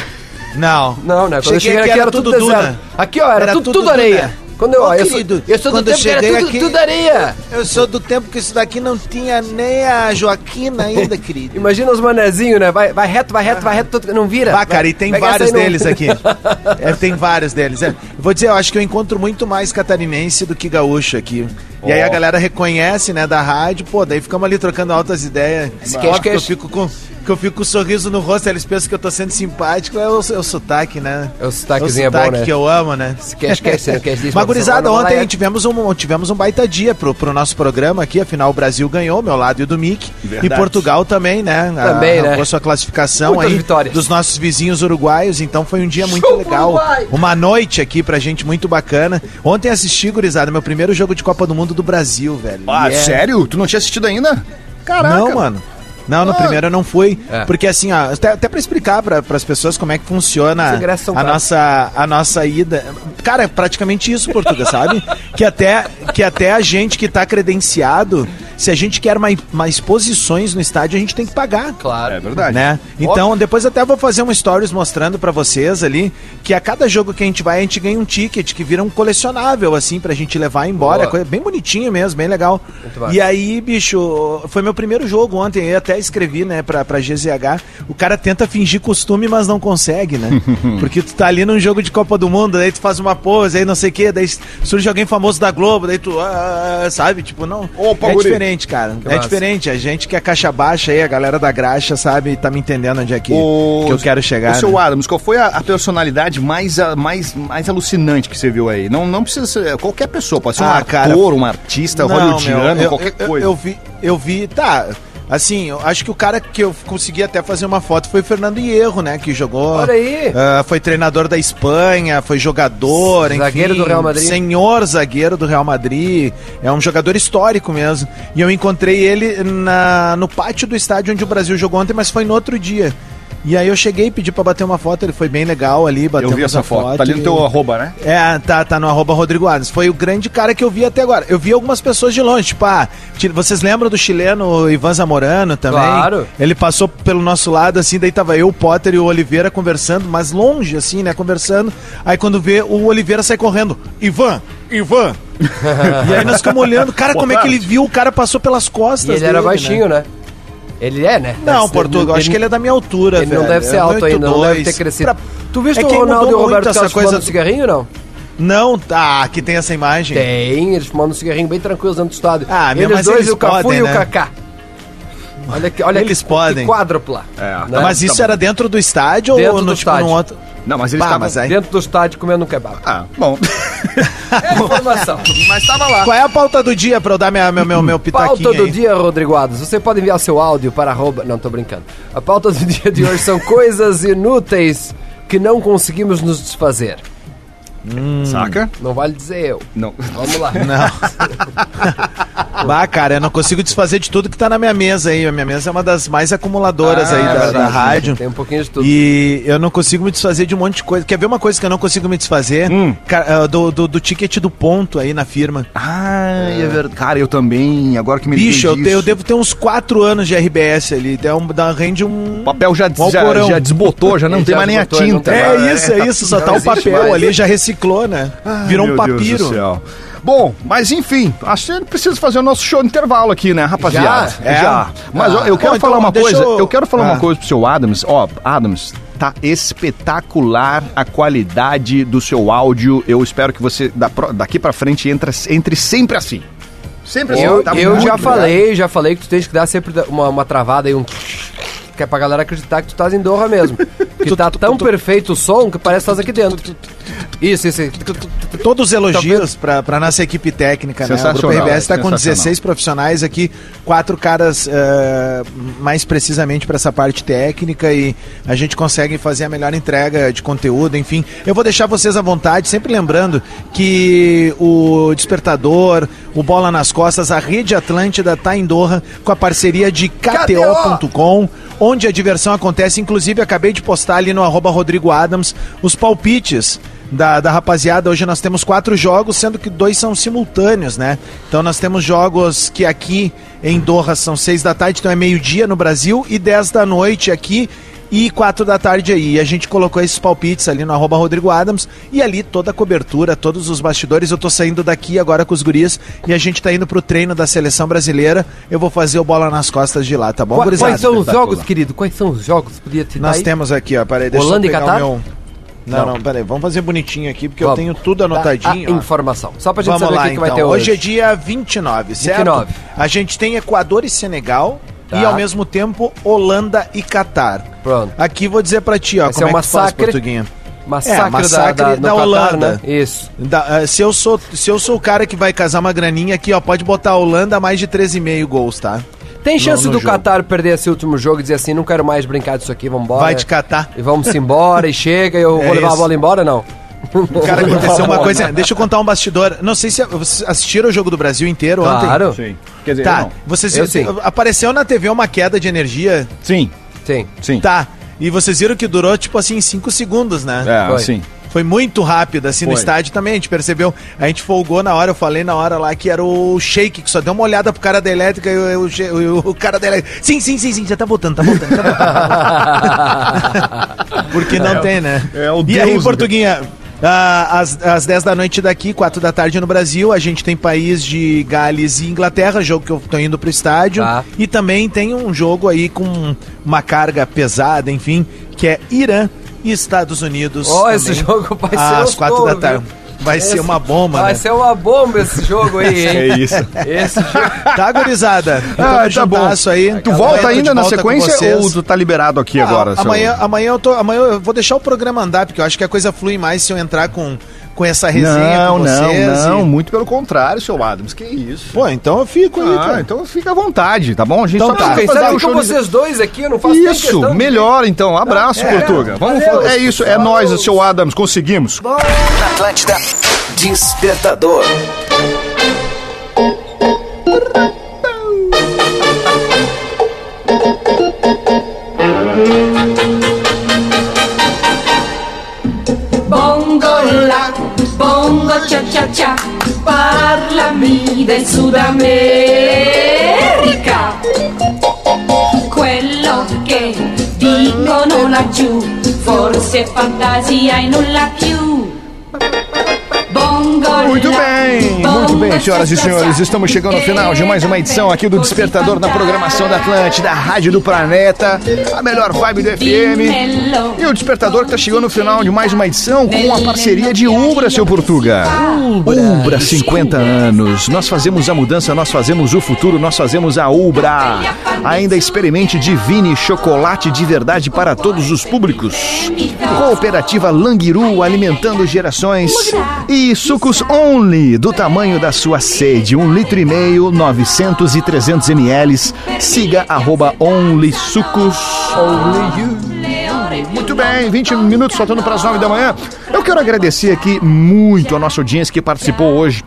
Speaker 17: Não.
Speaker 5: Não, né? Quando eu
Speaker 17: Cheguei
Speaker 5: cheguei aqui era, tudo, deserto.
Speaker 17: duna.
Speaker 5: Aqui, ó, era,
Speaker 17: Era
Speaker 5: tudo,
Speaker 17: tudo
Speaker 5: tudo areia.
Speaker 17: duna.
Speaker 5: Quando eu,
Speaker 17: Ó,
Speaker 5: ó, eu,
Speaker 17: querido,
Speaker 5: sou, eu sou do
Speaker 17: quando eu
Speaker 5: tempo que era
Speaker 17: cheguei
Speaker 5: tudo,
Speaker 17: aqui-
Speaker 5: tudo areia.
Speaker 17: Eu sou do tempo que isso daqui não tinha nem a Joaquina ainda, querido.
Speaker 5: Imagina os manezinhos, né? Vai, vai reto, vai reto, vai reto, todo- não vira.
Speaker 17: Ah, cara, e tem
Speaker 5: Pega essa
Speaker 17: vários
Speaker 5: aí, não-
Speaker 17: deles aqui. É, tem vários deles. É. Eu vou dizer, eu acho que eu encontro muito mais catarinense do que gaúcho aqui. E aí
Speaker 5: Ó.
Speaker 17: a galera reconhece, né, da rádio, pô, daí ficamos ali trocando altas ideias.
Speaker 5: Esquece,
Speaker 17: Óbvio que eu
Speaker 5: esquece.
Speaker 17: fico com, que eu fico com um sorriso no rosto, eles pensam que eu tô sendo simpático, é o, é o sotaque, né?
Speaker 5: É o sotaquezinho é bom, né?
Speaker 17: que eu amo, né?
Speaker 5: Se quer, esquece, não quer, diz,
Speaker 17: Mas, gurizada,
Speaker 5: mas lá
Speaker 17: ontem
Speaker 5: é-
Speaker 17: tivemos um, tivemos um baita dia pro, pro nosso programa aqui, afinal o Brasil ganhou, meu lado e o do Mick. E
Speaker 5: Verdade.
Speaker 17: Portugal também, né?
Speaker 5: Também, né?
Speaker 17: Com a sua classificação
Speaker 5: Muitas
Speaker 17: aí
Speaker 5: vitórias.
Speaker 17: dos nossos vizinhos uruguaios, então foi um dia muito legal.
Speaker 5: Uruguai!
Speaker 17: Uma noite aqui pra gente muito bacana. Ontem assisti, gurizada, meu primeiro jogo de Copa do Mundo do Brasil, velho.
Speaker 4: Ah,
Speaker 17: E é-
Speaker 4: sério? Tu não tinha assistido ainda? Caraca.
Speaker 17: não, mano. Não, no
Speaker 4: Ah.
Speaker 17: primeiro eu não fui.
Speaker 4: É.
Speaker 17: Porque assim, ó, até, até pra explicar pra, pras pessoas como é que
Speaker 5: Os
Speaker 17: funciona
Speaker 5: ingressos
Speaker 4: é um
Speaker 5: são
Speaker 17: a
Speaker 5: caros.
Speaker 17: nossa, a nossa ida. Cara, é praticamente isso, Portuga, sabe? Que até, que até a gente que tá credenciado, se a gente quer mais, mais posições no estádio, a gente tem que pagar.
Speaker 5: Claro. É
Speaker 4: verdade.
Speaker 17: Né? Então, depois até vou fazer um stories mostrando pra vocês ali que a cada jogo que a gente vai, a gente ganha um ticket que vira um colecionável, assim, pra gente levar embora.
Speaker 5: Boa.
Speaker 17: Coisa bem bonitinho mesmo, bem legal.
Speaker 5: Muito bacana.
Speaker 17: E aí, bicho, foi meu primeiro jogo ontem, eu até escrevi, né, pra, pra GZH. O cara tenta fingir costume, mas não consegue, né? Porque tu tá ali num jogo de Copa do Mundo, daí tu faz uma pose, aí não sei o quê, daí surge alguém famoso da Globo, daí tu, ah, sabe? Tipo, não. é
Speaker 4: guri.
Speaker 17: diferente, cara.
Speaker 4: Que
Speaker 17: é
Speaker 4: massa.
Speaker 17: diferente. A gente que é caixa baixa aí, a galera da graxa, sabe? Tá me entendendo onde é que, que eu quero chegar.
Speaker 4: O seu
Speaker 17: né?
Speaker 4: Adams, qual foi a, a personalidade mais, a- mais, mais alucinante que você viu aí? Não, não precisa ser qualquer pessoa, pode ser um
Speaker 17: Ah,
Speaker 4: ator,
Speaker 17: cara.
Speaker 4: um artista, hollywoodiano,
Speaker 17: meu, eu-
Speaker 4: qualquer
Speaker 17: eu-
Speaker 4: coisa.
Speaker 17: Eu vi, eu vi, tá. Assim, eu acho que o cara que eu consegui até fazer uma foto foi o Fernando Hierro, né? Que jogou.
Speaker 5: Olha aí.
Speaker 17: ah, foi treinador da Espanha, foi jogador,
Speaker 5: Zagueiro do Real Madrid.
Speaker 17: Senhor zagueiro do Real Madrid. É um jogador histórico mesmo. E eu encontrei ele na, no pátio do estádio onde o Brasil jogou ontem, mas foi no outro dia. E aí eu cheguei e pedi pra bater uma foto, ele foi bem legal ali, bateu
Speaker 4: Eu vi essa foto. Tá ali no teu arroba, né?
Speaker 17: é, tá, tá no arroba Rodrigo Adams. Foi o grande cara que eu vi até agora. Eu vi algumas pessoas de longe, tipo, ah, ti- vocês lembram do chileno Ivan Zamorano também?
Speaker 5: Claro.
Speaker 17: Ele passou pelo nosso lado, assim, daí tava eu, o Potter e o Oliveira conversando, mas longe, assim, né, conversando. Aí quando vê, o Oliveira sai correndo. Ivan, Ivan. e aí nós ficamos olhando, cara,
Speaker 5: Boa
Speaker 17: como é que ele viu? O cara passou pelas costas
Speaker 5: E ele era baixinho, né? Ele é, né?
Speaker 17: Não,
Speaker 5: Deve ser-
Speaker 17: Portugal, acho que ele é da minha altura,
Speaker 5: Ele
Speaker 17: velho.
Speaker 5: não deve ser
Speaker 17: É
Speaker 5: alto ainda, não deve
Speaker 17: 1,82.
Speaker 5: ter crescido.
Speaker 17: Pra-
Speaker 5: Tu viste
Speaker 17: É
Speaker 5: o
Speaker 17: quem
Speaker 5: Ronaldo e
Speaker 17: mudou
Speaker 5: o Roberto
Speaker 17: muito essa
Speaker 5: Carlos
Speaker 17: coisa
Speaker 5: fumando
Speaker 17: do-
Speaker 5: cigarrinho, não?
Speaker 17: Não, tá, que tem essa imagem.
Speaker 5: Tem, eles fumando um cigarrinho bem tranquilos dentro do estádio.
Speaker 17: Ah, meu,
Speaker 5: eles
Speaker 17: mas
Speaker 5: dois,
Speaker 17: eles
Speaker 5: o Cafu
Speaker 17: podem,
Speaker 5: e o
Speaker 17: né?
Speaker 5: Kaká. Olha que, olha
Speaker 17: Eles
Speaker 5: que,
Speaker 17: podem.
Speaker 5: Que quádrupla. né?
Speaker 17: Mas isso era dentro do estádio
Speaker 5: Dentro
Speaker 17: ou
Speaker 5: do
Speaker 17: no, tipo,
Speaker 5: estádio.
Speaker 17: num outro?
Speaker 4: Não, mas é-
Speaker 17: eles estavam-
Speaker 5: dentro do estádio comendo um kebab.
Speaker 4: Ah, bom.
Speaker 5: É
Speaker 17: Tá
Speaker 5: informação. mas tava lá.
Speaker 17: Qual é a pauta do dia pra eu dar minha, meu, meu, meu pitaquinho
Speaker 5: Pauta do
Speaker 17: aí?
Speaker 5: dia, Rodrigo Adams. Você pode enviar seu áudio para arroba... Não, tô brincando. A pauta do dia de hoje são coisas inúteis que não conseguimos nos desfazer.
Speaker 4: Hum. Saca?
Speaker 5: Não vale dizer eu.
Speaker 4: Não.
Speaker 5: Vamos lá.
Speaker 17: Bah, cara, eu não consigo desfazer de tudo que tá na minha mesa aí. A minha mesa é uma das mais acumuladoras
Speaker 5: Ah,
Speaker 17: aí
Speaker 5: é
Speaker 17: da- da,
Speaker 5: verdade.
Speaker 17: rádio.
Speaker 5: Tem um pouquinho de tudo.
Speaker 17: E eu não consigo me desfazer de um monte de coisa. Quer ver uma coisa que eu não consigo me desfazer? Ca- ah, do, do, do ticket do ponto aí na firma.
Speaker 4: Ah, é verdade. Cara, eu também, agora que me liguei
Speaker 17: Bicho, eu, te-
Speaker 4: disso.
Speaker 17: eu devo ter uns 4 anos de RBS ali. Dá um, dá, rende um.
Speaker 4: O papel já,
Speaker 17: um
Speaker 4: já,
Speaker 17: alcorão.
Speaker 4: já desbotou, já não
Speaker 17: Ele
Speaker 4: tem
Speaker 17: já
Speaker 4: mais nem a
Speaker 17: desbotou, ele não
Speaker 4: tinta.
Speaker 17: tem mais. É isso, é isso. Só
Speaker 4: Não
Speaker 17: tá o
Speaker 4: existe
Speaker 17: papel
Speaker 4: mais.
Speaker 17: ali, já reciclou, né?
Speaker 4: Ai,
Speaker 17: Virou um
Speaker 4: meu Deus do
Speaker 17: papiro.
Speaker 4: céu. Bom, mas enfim, acho que a gente precisa fazer o nosso show de intervalo aqui, né, rapaziada?
Speaker 17: Já? É?
Speaker 4: Mas ó, eu
Speaker 17: Ah.
Speaker 4: quero
Speaker 17: Bom,
Speaker 4: falar
Speaker 17: então
Speaker 4: uma
Speaker 17: deixa
Speaker 4: coisa,
Speaker 17: eu-
Speaker 4: eu quero falar
Speaker 17: Ah.
Speaker 4: uma coisa pro seu Adams. Ó, Adams, tá espetacular a qualidade do seu áudio. Eu espero que você da pro- daqui pra frente entra- entre sempre assim. Sempre assim.
Speaker 5: Eu,
Speaker 4: tá
Speaker 5: eu
Speaker 4: muito
Speaker 5: já
Speaker 4: obrigado.
Speaker 5: falei, já falei que tu tens que dar sempre da- uma, uma travada e um... Que é pra galera acreditar que tu estás em Doha mesmo. Que tá tão perfeito o som que parece que estás aqui dentro. Isso, isso. isso.
Speaker 17: Todos os elogios pra pra nossa equipe técnica, né? O Grupo
Speaker 4: Sensacional,
Speaker 17: RBS tá com
Speaker 4: sensacional.
Speaker 17: 16 profissionais aqui, quatro caras eh, mais precisamente pra essa parte técnica e a gente consegue fazer a melhor entrega de conteúdo, enfim. Eu vou deixar vocês à vontade, sempre lembrando que o Despertador, o Bola nas Costas, a Rede Atlântida tá em Doha com a parceria de KTO.com, onde a diversão acontece. Inclusive, acabei de postar ali no arroba Rodrigo Adams os palpites da, da rapaziada. Hoje nós temos quatro jogos, sendo que dois são simultâneos, né? Então nós temos jogos que aqui em Doha são seis da tarde, então é meio-dia no Brasil, e dez da noite aqui. E quatro da tarde aí, E a gente colocou esses palpites ali no arroba Rodrigo Adams e ali toda a cobertura, todos os bastidores. Eu tô saindo daqui agora com os guris e a gente tá indo pro treino da seleção brasileira. Eu vou fazer o bola nas costas de lá, tá bom,
Speaker 5: Quais,
Speaker 17: gurizada?
Speaker 5: são os jogos, querido? Quais são os jogos? Podia te dar
Speaker 17: Nós
Speaker 5: aí?
Speaker 17: temos aqui, ó, peraí, deixa
Speaker 5: Holanda e
Speaker 17: eu pegar
Speaker 5: Catar?
Speaker 17: o meu... Não,
Speaker 5: Não.
Speaker 17: não, peraí, vamos fazer bonitinho aqui, porque
Speaker 5: Vamos. Tá, ah,
Speaker 17: eu tenho tudo
Speaker 5: Dá
Speaker 17: anotadinho.
Speaker 5: a
Speaker 17: ó.
Speaker 5: informação. Só pra gente
Speaker 17: vamos
Speaker 5: saber o
Speaker 17: lá,
Speaker 5: que que vai
Speaker 17: então.
Speaker 5: ter hoje.
Speaker 17: é dia 29, certo?
Speaker 5: 29.
Speaker 17: A gente tem Equador e Senegal,
Speaker 5: Tá.
Speaker 17: e ao mesmo tempo Holanda e Catar.
Speaker 5: Pronto.
Speaker 17: Aqui vou dizer pra ti, ó,
Speaker 5: Vai ser
Speaker 17: como é
Speaker 5: um
Speaker 17: que tu faz,
Speaker 5: massacre.
Speaker 17: Portuguinha.
Speaker 5: Massacre da- da- no Catar, né? Isso.
Speaker 17: eh, se, eu sou, se eu sou o cara que vai casar uma graninha aqui, ó, pode botar a Holanda a mais de 13,5 gols, tá?
Speaker 5: Tem
Speaker 17: No-
Speaker 5: chance
Speaker 17: no
Speaker 5: do
Speaker 17: jogo.
Speaker 5: Qatar perder esse último jogo e dizer assim, não quero mais brincar disso aqui, vambora.
Speaker 17: Vai te catar.
Speaker 5: E vamos embora, e chega, e eu
Speaker 17: É
Speaker 5: vou levar a
Speaker 17: isso.
Speaker 5: bola embora, não?
Speaker 17: Cara, aconteceu uma coisa. Deixa eu contar um bastidor. Não sei se vocês assistiram o jogo do Brasil inteiro ontem.
Speaker 5: Claro. Sim. Quer dizer, eu
Speaker 17: tá.
Speaker 5: não. É assim.
Speaker 17: Vocês
Speaker 5: Eu sim.
Speaker 17: apareceu na TV uma queda de energia?
Speaker 4: Sim.
Speaker 5: Sim.
Speaker 4: Sim.
Speaker 17: Tá. E vocês viram que durou tipo assim 5 segundos, né?
Speaker 4: É, Foi. sim.
Speaker 17: Foi muito rápido, assim, no
Speaker 4: Foi.
Speaker 17: estádio também, a gente percebeu. A gente folgou na hora, eu falei na hora lá que era o Shake, que só deu uma olhada pro cara da elétrica e o- o, Sheik- o- o cara da elétrica. Sim, sim, sim, sim, já tá voltando, tá voltando, tá voltando. Porque não
Speaker 4: É,
Speaker 17: tem, né?
Speaker 4: é o
Speaker 17: E aí,
Speaker 4: deus,
Speaker 17: Portuguinha, ah, às, às 10 da noite daqui, 4 da tarde no Brasil, a gente tem país de Gales e Inglaterra, jogo que eu tô indo pro estádio.
Speaker 5: Tá.
Speaker 17: E também tem um jogo aí com uma carga pesada, enfim, que é Irã e Estados Unidos.
Speaker 5: Ó,
Speaker 17: também,
Speaker 5: esse jogo vai ser
Speaker 17: Às
Speaker 5: um
Speaker 17: 4 da
Speaker 5: fogo,
Speaker 17: tarde. Vai
Speaker 5: Esse-
Speaker 17: ser uma bomba,
Speaker 5: Vai
Speaker 17: né?
Speaker 5: ser uma bomba esse jogo aí, hein?
Speaker 17: É isso.
Speaker 5: Esse
Speaker 17: Tá, gurizada?
Speaker 4: Ah, tá bom.
Speaker 17: Isso aí.
Speaker 4: Tu volta
Speaker 17: Amanhã eu tô
Speaker 4: ainda
Speaker 17: de
Speaker 4: na
Speaker 17: volta com
Speaker 4: sequência
Speaker 17: vocês. Ah,
Speaker 4: ou tu tá liberado aqui agora? seu-
Speaker 17: Amanhã, amanhã, eu tô, amanhã eu vou deixar o programa andar, porque eu acho que a coisa flui mais se eu entrar com, com essa resenha
Speaker 4: Não,
Speaker 17: com
Speaker 4: não,
Speaker 17: vocês.
Speaker 4: não,
Speaker 17: e-
Speaker 4: muito pelo contrário, seu Adams, que isso.
Speaker 17: Pô, então eu fico
Speaker 4: aí, cara. Então fica à vontade, tá bom? A gente
Speaker 5: Então
Speaker 4: só
Speaker 5: tá.
Speaker 4: precisa fazer
Speaker 5: Pensando
Speaker 4: um
Speaker 5: que
Speaker 4: show
Speaker 5: com
Speaker 4: de-
Speaker 5: vocês dois aqui, eu não faço nem
Speaker 4: Isso,
Speaker 5: questão de-
Speaker 4: melhor então. Abraço,
Speaker 5: É.
Speaker 4: Portuga. Vamos
Speaker 5: Valeu,
Speaker 4: falar- É isso, é nós, seu Adams, conseguimos.
Speaker 3: Atlântida Despertador.
Speaker 15: Bongo la, bongo cha cha cha, parlami del Sud America. Quello che dicono laggiù, forse è fantasia e nulla più. Bongo
Speaker 4: Muito
Speaker 15: la,
Speaker 4: bem, muito bem, senhoras e senhores, estamos chegando ao final de mais uma edição aqui do Despertador na programação da Atlântida, a Rádio do Planeta, a melhor vibe do FM. E o Despertador que tá chegando no final de mais uma edição com a parceria de Umbra, seu Portuga. Umbra, 50 anos. Nós fazemos a mudança, nós fazemos o futuro, nós fazemos a Umbra. Ainda experimente Divine chocolate de verdade para todos os públicos. Cooperativa Languiru alimentando gerações e sucos Only do tamanho da sua sede, um litro e meio, 900 e 300 ml. Siga arroba Only Sucos. Muito bem, 20 minutos faltando para as 9 da manhã. Eu quero agradecer aqui muito a nossa audiência que participou hoje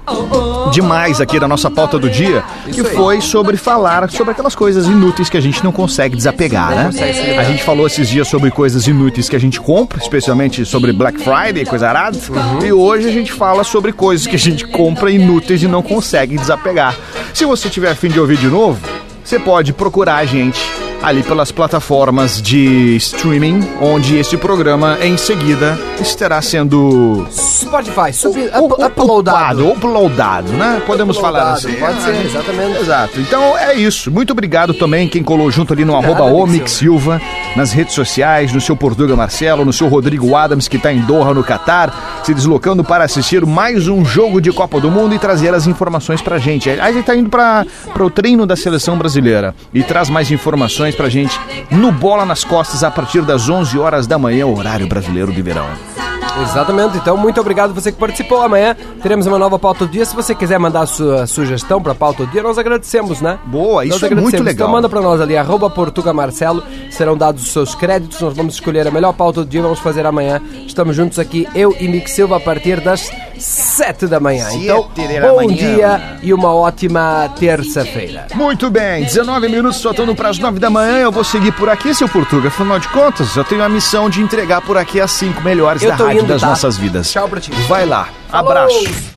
Speaker 4: demais aqui da nossa pauta do dia, que foi sobre falar sobre aquelas coisas inúteis que a gente não consegue desapegar, né?
Speaker 5: consegue se
Speaker 4: A
Speaker 5: livrar.
Speaker 4: gente falou esses dias sobre coisas inúteis que a gente compra, especialmente sobre Black Friday, coisa arada. E hoje a gente fala sobre coisas que a gente compra inúteis e não consegue desapegar. Se você tiver afim de ouvir de novo, você pode procurar a gente ali pelas plataformas de streaming, onde este programa em seguida estará sendo
Speaker 5: Spotify, subi, up-
Speaker 4: uploadado. Uploadado, né? Podemos falar assim.
Speaker 5: Pode ser, exatamente.
Speaker 4: Exato. Então é isso. Muito obrigado também quem colou junto ali no
Speaker 5: Nada,
Speaker 4: arroba
Speaker 5: Nick
Speaker 4: Omix Silva, nas redes sociais, no seu Portuga Marcelo, no seu Rodrigo Adams, que está em Doha, no Catar, se deslocando para assistir mais um jogo de Copa do Mundo e trazer as informações pra gente. Aí ele tá indo para o treino da seleção brasileira e traz mais informações pra gente no Bola nas Costas a partir das 11 horas da manhã, horário brasileiro de verão.
Speaker 5: Exatamente, então muito obrigado você que participou. Amanhã teremos uma nova pauta do dia. Se você quiser mandar sua sugestão para a pauta do dia, nós agradecemos, né?
Speaker 4: Boa, isso
Speaker 5: Nós
Speaker 4: é muito
Speaker 5: agradecemos.
Speaker 4: legal.
Speaker 5: Então manda para nós ali, arroba Portuga Marcelo, serão dados os seus créditos, nós vamos escolher a melhor pauta do dia, vamos fazer amanhã. Estamos juntos aqui, eu e Mick Silva, a partir das 7 da manhã. Então,
Speaker 4: Sete da
Speaker 5: bom
Speaker 4: manhã.
Speaker 5: dia e uma ótima terça-feira.
Speaker 4: Muito bem, 19 minutos faltando para as 9 da manhã. Eu vou seguir por aqui, seu Portuga. Afinal de contas, eu tenho a missão de entregar por aqui as cinco melhores
Speaker 5: Eu
Speaker 4: da
Speaker 5: tô
Speaker 4: rádio
Speaker 5: indo,
Speaker 4: das
Speaker 5: tá?
Speaker 4: nossas vidas.
Speaker 5: Tchau pra ti.
Speaker 4: Vai lá,
Speaker 5: Falou!
Speaker 4: abraço.